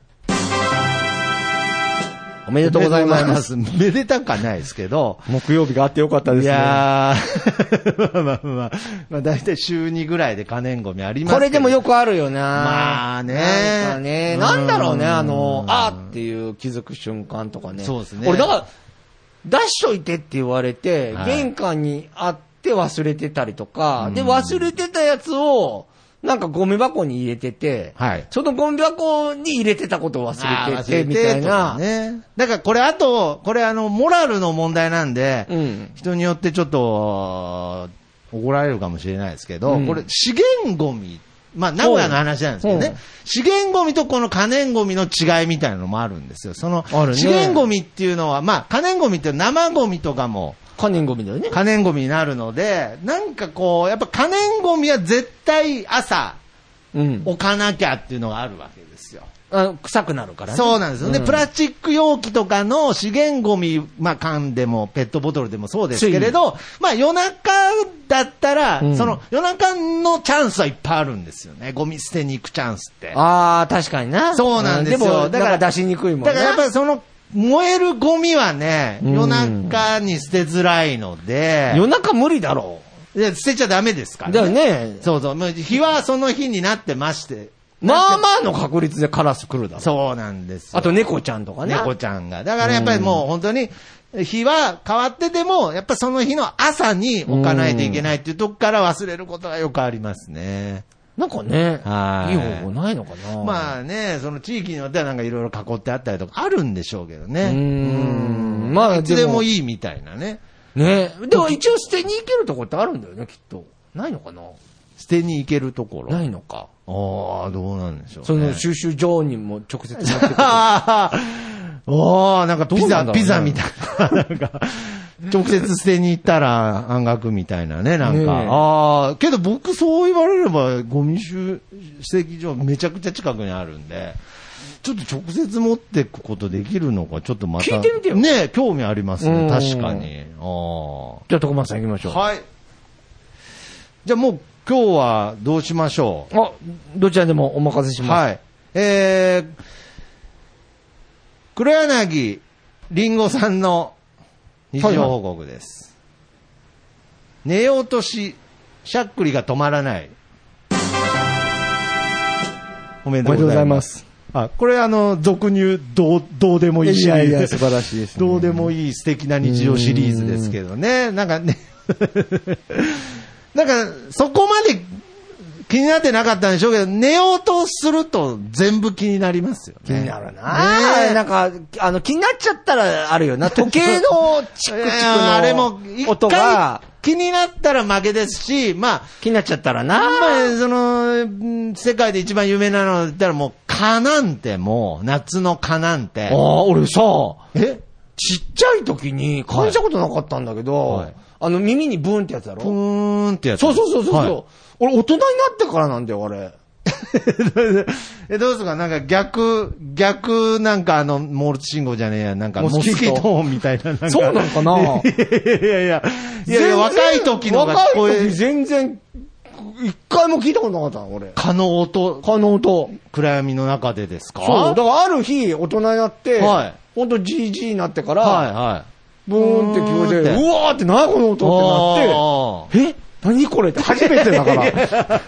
Speaker 1: おめ
Speaker 2: あ
Speaker 1: でとうございます。
Speaker 2: す。めでたくはないですけど、
Speaker 1: 木曜日があってよかったで
Speaker 2: いやー、 [LAUGHS] まあまあまあ、まあ大体週2ぐらいで可燃ゴミあります
Speaker 1: こ
Speaker 2: けど
Speaker 1: れでもよくあるよな。
Speaker 2: まあね
Speaker 1: なんかね。なんだろうね、
Speaker 2: うん
Speaker 1: あの、あーっていう気づく瞬間とかね。
Speaker 2: そうですね
Speaker 1: 俺だから、出しといてって言われて、
Speaker 2: はい
Speaker 1: 玄関にあって忘れてたりとか、で、忘れてたやつを、なんかゴミ箱に入れてて、
Speaker 2: はい
Speaker 1: そのゴミ箱に入れてたことを忘れてて、みたいな。
Speaker 2: ね。だからこれあと、これあの、モラルの問題なんで、
Speaker 1: うん
Speaker 2: 人によってちょっと、怒られるかもしれないですけど、
Speaker 1: うん
Speaker 2: これ資源ゴミ、まあ名古屋の話なんですけど
Speaker 1: うん
Speaker 2: ね、資源ゴミとこの可燃ゴミの違いみたいなのもあるんですよ。その、
Speaker 1: あるね
Speaker 2: 資源ゴミっていうのは、まあ可燃ゴミって生ゴミとかも、
Speaker 1: 可燃ゴミだよね。
Speaker 2: 可燃ゴミになるので、なんかこう、やっぱ可燃ゴミは絶対朝
Speaker 1: うん。
Speaker 2: 置かなきゃっていうのがあるわけですよ。
Speaker 1: あの臭くなるからね。
Speaker 2: そうなんですよ。で、
Speaker 1: うん
Speaker 2: プラスチック容器とかの資源ゴミ、まあ、缶でも、ペットボトルでもそうですけれど、まあ、夜中だったら、
Speaker 1: うん
Speaker 2: その、夜中のチャンスはいっぱいあるんですよね。ゴミ捨てに行くチャンスって。
Speaker 1: ああ、確かにな。
Speaker 2: そうなんですよ
Speaker 1: でも、
Speaker 2: だ
Speaker 1: だ
Speaker 2: か
Speaker 1: からら出しにくいもんね。
Speaker 2: だからやっぱりその、燃えるゴミはね、
Speaker 1: うん
Speaker 2: 夜中に捨てづらいので、
Speaker 1: 夜中無理だろ
Speaker 2: で捨てちゃダメですから
Speaker 1: う。
Speaker 2: ね。
Speaker 1: だよね。
Speaker 2: そうそう。もう日はその日になってまして。
Speaker 1: まあまあの確率でカラス来るだろう。
Speaker 2: そうなんですよ。
Speaker 1: あと猫ちゃんとかね。
Speaker 2: 猫ちゃんが。だからやっぱりもう本当に、日は変わってても、やっぱその日の朝に置かないといけないっていうとこから忘れることがよくありますね。
Speaker 1: なんかね、
Speaker 2: はい
Speaker 1: い方法ないのかな。
Speaker 2: まあね、その地域によってはなんかいろいろ囲ってあったりとかあるんでしょうけどね。
Speaker 1: うーんまあ
Speaker 2: いつで
Speaker 1: でも
Speaker 2: もいいみたいなね。
Speaker 1: ね。でも一応捨てに行けるとこってあるんだよね、きっと。ないのかな
Speaker 2: 捨てに行けるところ。
Speaker 1: な
Speaker 2: あ
Speaker 1: いのか。
Speaker 2: あ、どうなんでしょう、ね。
Speaker 1: その収集場にも直接持ってくる
Speaker 2: [LAUGHS] ああ、おーなんかピ
Speaker 1: どうな
Speaker 2: ザ、
Speaker 1: んだろうね
Speaker 2: ピザみたいな。なんか、 [LAUGHS] 直接捨てに行ったら半額みたいなね、なん
Speaker 1: ねえ
Speaker 2: か。ああ、けど僕そう言われればゴミ集積場めちゃくちゃ近くにあるんで、ちょっと直接持ってくことできるのか、ちょっとまた。
Speaker 1: 聞いてみてよ
Speaker 2: ねえ興味あります
Speaker 1: う
Speaker 2: ね、
Speaker 1: ん
Speaker 2: 確かに。あ
Speaker 1: [LAUGHS] じゃあ、徳松さん行きまし
Speaker 2: あ。
Speaker 1: ょう。
Speaker 2: はい。じゃあもう今日はどうしましょう
Speaker 1: あ、どちらでもお任せします。
Speaker 2: はい。えー、黒柳りんごさんの日常報告です。寝ようとし、しゃっくりが止まらない。おめ
Speaker 1: お
Speaker 2: でと
Speaker 1: めでとう
Speaker 2: うご
Speaker 1: ご
Speaker 2: ざ
Speaker 1: ざ
Speaker 2: い
Speaker 1: い
Speaker 2: ま。
Speaker 1: ますす。
Speaker 2: あ、これあの、俗入、どう、どうでもいいシリーズ。
Speaker 1: らしいで
Speaker 2: どうでもいい素敵な日常シリーズですけどね。なんかね、なんか、そこまで気になってなかったんでしょうけど、寝ようとすると全部気になりますよね。
Speaker 1: 気になるな
Speaker 2: ねえ
Speaker 1: なんか、あの、気になっちゃったらあるよ [LAUGHS] な。時計のチクチク
Speaker 2: い
Speaker 1: の
Speaker 2: やあれも、
Speaker 1: 音
Speaker 2: 一回
Speaker 1: が、
Speaker 2: 気になったら負けですし、まあ、
Speaker 1: 気になっちゃったら
Speaker 2: あん
Speaker 1: な。
Speaker 2: まりその、うん世界で一番有名なのだったらもう、蚊なんてもう、夏の蚊なんて
Speaker 1: あ。あ、俺さ、
Speaker 2: え
Speaker 1: ちっちゃい時に感じたことなかったんだけど、
Speaker 2: はい
Speaker 1: あの耳にブーンってやつだろ
Speaker 2: プーンってやつ。
Speaker 1: そうそうそうそう。
Speaker 2: はい
Speaker 1: 俺大人になってからなんだよ、あれ。
Speaker 2: [LAUGHS] え、どうですかなんか逆、逆、なんかあの、モールス信号じゃねえや、なんかモ
Speaker 1: モ
Speaker 2: ス
Speaker 1: スキート
Speaker 2: キート音み [LAUGHS] たいな。なんか
Speaker 1: そうなのかない
Speaker 2: やいやいやいやい
Speaker 1: 全
Speaker 2: や、
Speaker 1: 然
Speaker 2: 若い時のが聞こ
Speaker 1: 若い
Speaker 2: え
Speaker 1: 時、全然、一回も聞いたことなかったの、俺。
Speaker 2: 蚊の音、
Speaker 1: 可能と。
Speaker 2: 暗闇の中でですか
Speaker 1: そう。だからある日、大人になって、
Speaker 2: はい
Speaker 1: ほんと GG になってから、
Speaker 2: はいはい。
Speaker 1: ブーンって聞こえて、
Speaker 2: ブーンって
Speaker 1: うわーって何この音ってな
Speaker 2: あ
Speaker 1: って、え何これって初めてだ
Speaker 2: [LAUGHS]
Speaker 1: から。
Speaker 2: ー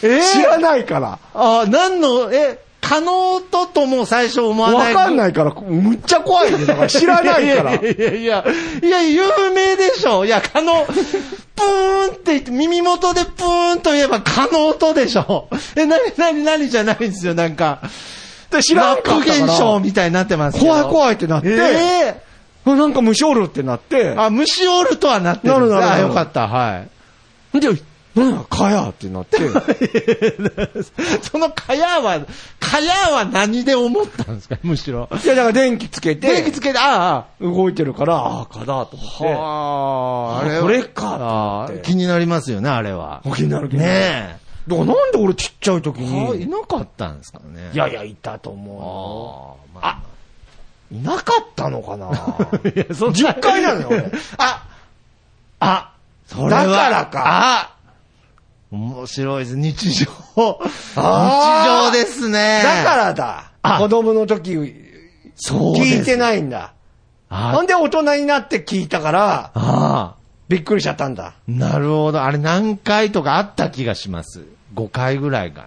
Speaker 2: えー
Speaker 1: 知らないから。
Speaker 2: あー、なんの、え、蚊の音とも最初思わ
Speaker 1: わ
Speaker 2: ない。
Speaker 1: かんないから、むっちゃ怖いね。だから知ら [LAUGHS] ないから。
Speaker 2: いやいやいや、いや、有名でしょ。いや、蚊の、プーンって言って、耳元でプーンと言えば蚊の音でしょ。え、なになになにじゃないんですよ、なんか。
Speaker 1: 知らんかったから
Speaker 2: ラップ現象みたいになってますけど。
Speaker 1: 怖い怖いってなって、
Speaker 2: え
Speaker 1: なんか虫おるってなって、
Speaker 2: ーあ、虫おるとはなってるんです
Speaker 1: なるなる
Speaker 2: あ、
Speaker 1: なる
Speaker 2: よかった、はい。 [LAUGHS]
Speaker 1: で、なんや、かやってな [LAUGHS] って、
Speaker 2: その蚊帳は、蚊帳は何で思ったんですか、むしろ。
Speaker 1: いや、だから電気つけて、
Speaker 2: 電気つけて、あ
Speaker 1: 動いてるから、ああ、かだと思っ
Speaker 2: あ、は
Speaker 1: あれは
Speaker 2: これか
Speaker 1: あー。
Speaker 2: 気になりますよね、あれは。
Speaker 1: て、気になるけど。
Speaker 2: ね
Speaker 1: だからなんで俺ちっちゃい時
Speaker 2: え。
Speaker 1: に、
Speaker 2: いなかったんですかね。
Speaker 1: いやいや、いたと思
Speaker 2: あー、ま
Speaker 1: あうよ。いなかったの [LAUGHS] かな
Speaker 2: いや、そんな
Speaker 1: 10回なのよ、 [LAUGHS] 俺。
Speaker 2: あ、あ、それは。
Speaker 1: だからか
Speaker 2: あ、面白いです。日常。日
Speaker 1: あ
Speaker 2: 常
Speaker 1: ー
Speaker 2: ですね。
Speaker 1: だか、らだ
Speaker 2: あ。
Speaker 1: 子供の時、
Speaker 2: そうです。
Speaker 1: 聞いてないんだ。
Speaker 2: あ
Speaker 1: ほんで大人になって聞いたから、
Speaker 2: あ
Speaker 1: びっくりしちゃったんだ。
Speaker 2: ー、なるほど。あれ何回とかあった気がします。5回ぐらいかな。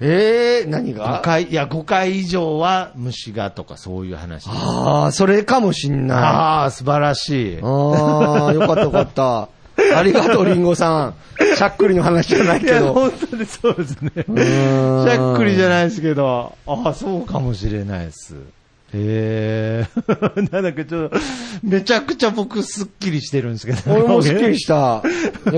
Speaker 1: ええ何
Speaker 2: 5回、いや、5回以上は虫がとかそういう話。
Speaker 1: ああ、それかもしんない。
Speaker 2: ああ、素晴らしい。
Speaker 1: ああ、よかったよか [LAUGHS] った。ありがとう、リンゴさん。しゃっくりの話じゃない
Speaker 2: い
Speaker 1: け
Speaker 2: や、
Speaker 1: ど。
Speaker 2: 本当にそうですね。し
Speaker 1: ーん
Speaker 2: ゃっくりじゃないですけど、ああ、そうかもしれないです。へえ、 [LAUGHS] なんだかちょっと、めちゃくちゃ僕すっきりしてるんですけど。
Speaker 1: 俺もすっきりした。よ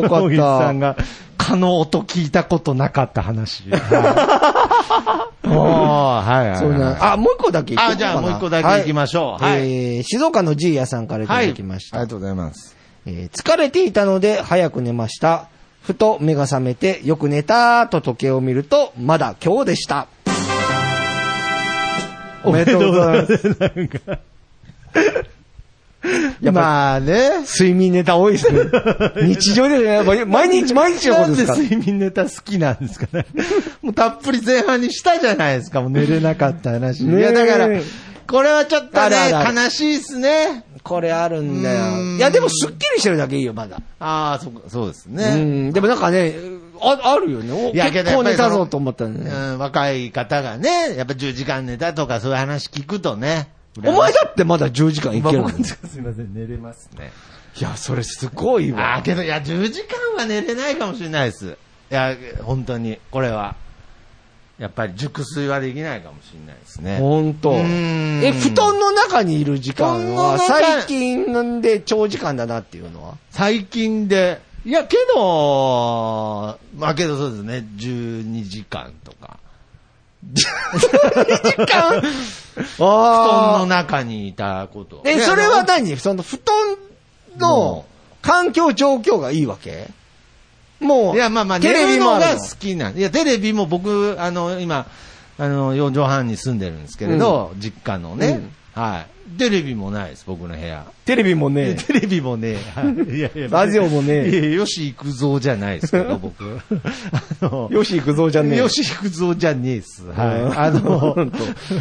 Speaker 1: か
Speaker 2: 野
Speaker 1: っ
Speaker 2: 口
Speaker 1: た。
Speaker 2: さ
Speaker 1: あ
Speaker 2: んが、蚊の音聞いたことなかっ
Speaker 1: [LAUGHS]
Speaker 2: た話。はい、あーはいはいはい。
Speaker 1: そうなあ、もう一個だけ行こうかな
Speaker 2: あじゃあもう一個だけ行きましょう
Speaker 1: は
Speaker 2: はい
Speaker 1: い。えー静岡のじいやさんからいた
Speaker 2: は
Speaker 1: だ
Speaker 2: い。
Speaker 1: きました。
Speaker 2: ありがとうございます。
Speaker 1: えー疲れていたので早く寝ました。ふと目が覚めてよく寝たーと時計を見るとまだ今日でした。おめでとうございます。
Speaker 2: なんか、
Speaker 1: やっぱ
Speaker 2: まあね
Speaker 1: り、。睡眠ネタ多いですね。 [LAUGHS] 日常でね、やっぱり毎日毎日のこ
Speaker 2: な
Speaker 1: と
Speaker 2: ん
Speaker 1: で
Speaker 2: です
Speaker 1: から。
Speaker 2: 睡眠ネタ好きなんですかね。もうたっぷり前半にしたじゃないですか。もう寝れなかった話。い
Speaker 1: ねえ
Speaker 2: や、だから、これはちょっとね、
Speaker 1: あるあるある
Speaker 2: 悲しいっすね。
Speaker 1: これあるんだ
Speaker 2: うー
Speaker 1: よ。
Speaker 2: ん
Speaker 1: いや、でもスッキリしてるだけいいよ、まだ。
Speaker 2: ああ、そう、そうです
Speaker 1: う。ん。でもなんかね、ああるよね。お
Speaker 2: いやけど
Speaker 1: 結
Speaker 2: やっ
Speaker 1: 構
Speaker 2: ぱり
Speaker 1: 寝
Speaker 2: その
Speaker 1: たぞと思った
Speaker 2: う
Speaker 1: ね。
Speaker 2: ん、若い方がね、やっぱ10時間寝たとかそういう話聞くとね。
Speaker 1: お前だってまだ10時間い
Speaker 2: 今
Speaker 1: けるの
Speaker 2: 僕
Speaker 1: にい
Speaker 2: すいません、寝れますね。
Speaker 1: や、それすごい
Speaker 2: ああ、
Speaker 1: わ。
Speaker 2: けど、いや、10時間は寝れないかもしれないです。いや、本当に、これは。やっぱり熟睡はできないかもしれないですね。
Speaker 1: ほんと。
Speaker 2: うーん
Speaker 1: え、布団の中にいる時間は、
Speaker 2: 布団の中
Speaker 1: 最近なんで長時間だなっていうのは。
Speaker 2: 最近で、いや、けど、まあけどそうですね、12時間とか。12時間 [LAUGHS] 布団の
Speaker 1: あ
Speaker 2: 中にいたこと。
Speaker 1: え、それは何その布団の環境状況がいいわけもう、
Speaker 2: いや、まあまあ、
Speaker 1: テ
Speaker 2: テ
Speaker 1: レ
Speaker 2: レ
Speaker 1: ビ
Speaker 2: ビ
Speaker 1: も
Speaker 2: も
Speaker 1: ある
Speaker 2: が
Speaker 1: の
Speaker 2: 好きなん。いや、テレビも僕、あの、今、あの、四畳半に住んでるんですけれど、実家のね、はい。テレビもないです、僕の部屋。
Speaker 1: [LAUGHS] テレビもね、
Speaker 2: テレビもね、 [LAUGHS] はいいやいや
Speaker 1: ラジオもね
Speaker 2: いやいやよし行くぞじゃないですけど、
Speaker 1: [LAUGHS]
Speaker 2: 僕。あの、
Speaker 1: よし行くぞじゃねえ。
Speaker 2: よし行くぞじゃねえっす。はい。
Speaker 1: うん
Speaker 2: あ
Speaker 1: [LAUGHS]
Speaker 2: の
Speaker 1: 本当、
Speaker 2: [LAUGHS]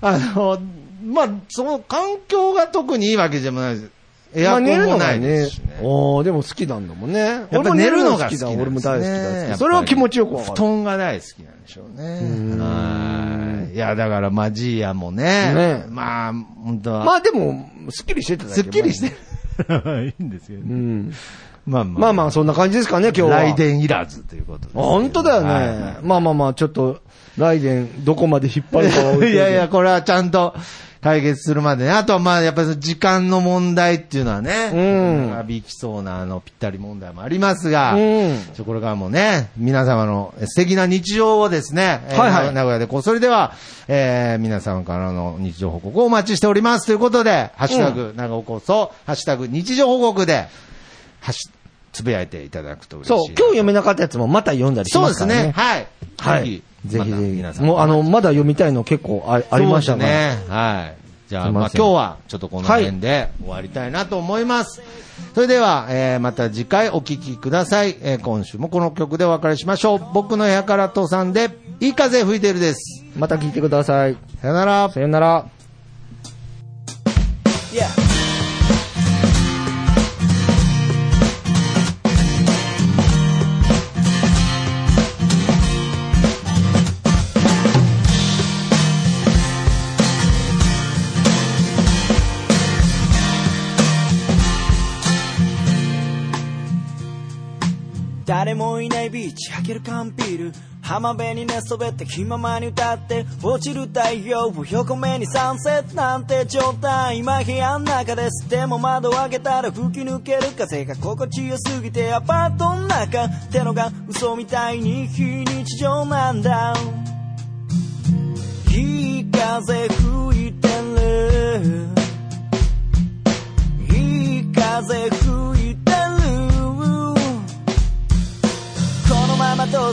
Speaker 2: あの、まあ、その環境が特にいいわけでもないです。エアコンもないですしね。
Speaker 1: おーでも好きなんだもんね。
Speaker 2: やっぱ寝るのが好き
Speaker 1: だ。
Speaker 2: なんですね
Speaker 1: 俺も大好き
Speaker 2: やっ
Speaker 1: だ
Speaker 2: ぱ。り
Speaker 1: それは気持ちよくわか
Speaker 2: 布
Speaker 1: る。
Speaker 2: 団が大好きなんでしょうね。はいいや、だから、マジーヤもね
Speaker 1: ね。
Speaker 2: まあ、本当は。
Speaker 1: まあでも、すっきりしてただけ
Speaker 2: すっきり [LAUGHS] して
Speaker 1: ま
Speaker 2: る。いいんですよ
Speaker 1: あう。ん。
Speaker 2: まあまあ。
Speaker 1: まあまあ、そんな感じですかね、今日は。
Speaker 2: 来電いらずということですけど。
Speaker 1: 本当だよね。
Speaker 2: はい
Speaker 1: まあまあまあ、ちょっと、ライデン、どこまで引っ張るかは置とて
Speaker 2: [LAUGHS] [LAUGHS] いやいや、これはちゃんと解決するまでね。あとはまあ、やっぱりその時間の問題っていうのはね、
Speaker 1: うん
Speaker 2: 長引きそうなあの、ぴったり問題もありますが、
Speaker 1: うん
Speaker 2: ちょこれからもね、皆様の素敵な日常をですね、えー
Speaker 1: はいはい
Speaker 2: 名名古屋でこう、それでは、えー、皆様からの日常報告をお待ちしております。ということで、ハッシュタグ、長尾こそ、ハッシュタグ、日常報告で、はし、つぶやいていただくと嬉しい
Speaker 1: そ
Speaker 2: な
Speaker 1: う、
Speaker 2: と。
Speaker 1: 今日読めなかったやつもまた読んだりし
Speaker 2: そう
Speaker 1: ま
Speaker 2: ですす
Speaker 1: から
Speaker 2: ね
Speaker 1: ね。。
Speaker 2: はい。
Speaker 1: はい。ぜひ
Speaker 2: ま
Speaker 1: ぜ
Speaker 2: た皆
Speaker 1: ひ。
Speaker 2: さん
Speaker 1: もうあの、まだ読みたいの結構あありました
Speaker 2: そう
Speaker 1: か
Speaker 2: で
Speaker 1: ら。
Speaker 2: すね。はい。じゃあ、
Speaker 1: すい
Speaker 2: まあ
Speaker 1: ません
Speaker 2: 今日はちょっとこの辺で終わりたいなと思います。それでは、えーまた次回お聴きください。えー今週もこの曲でお別れしましょう。僕の部屋から父さんで、いい風吹いてるです。
Speaker 1: また聞いてください。
Speaker 2: さよなら。
Speaker 1: さよなら。
Speaker 4: 誰もいないビーチ開ける缶ビール浜辺に寝そべって気ままに歌って落ちる太陽を横目にサンセットなんて状態今部屋の中ですでも窓を開けたら吹き抜ける風が心地よすぎてアパートの中ってのが嘘みたいに非日常なんだいい風吹いてるいい風吹いてるこのままと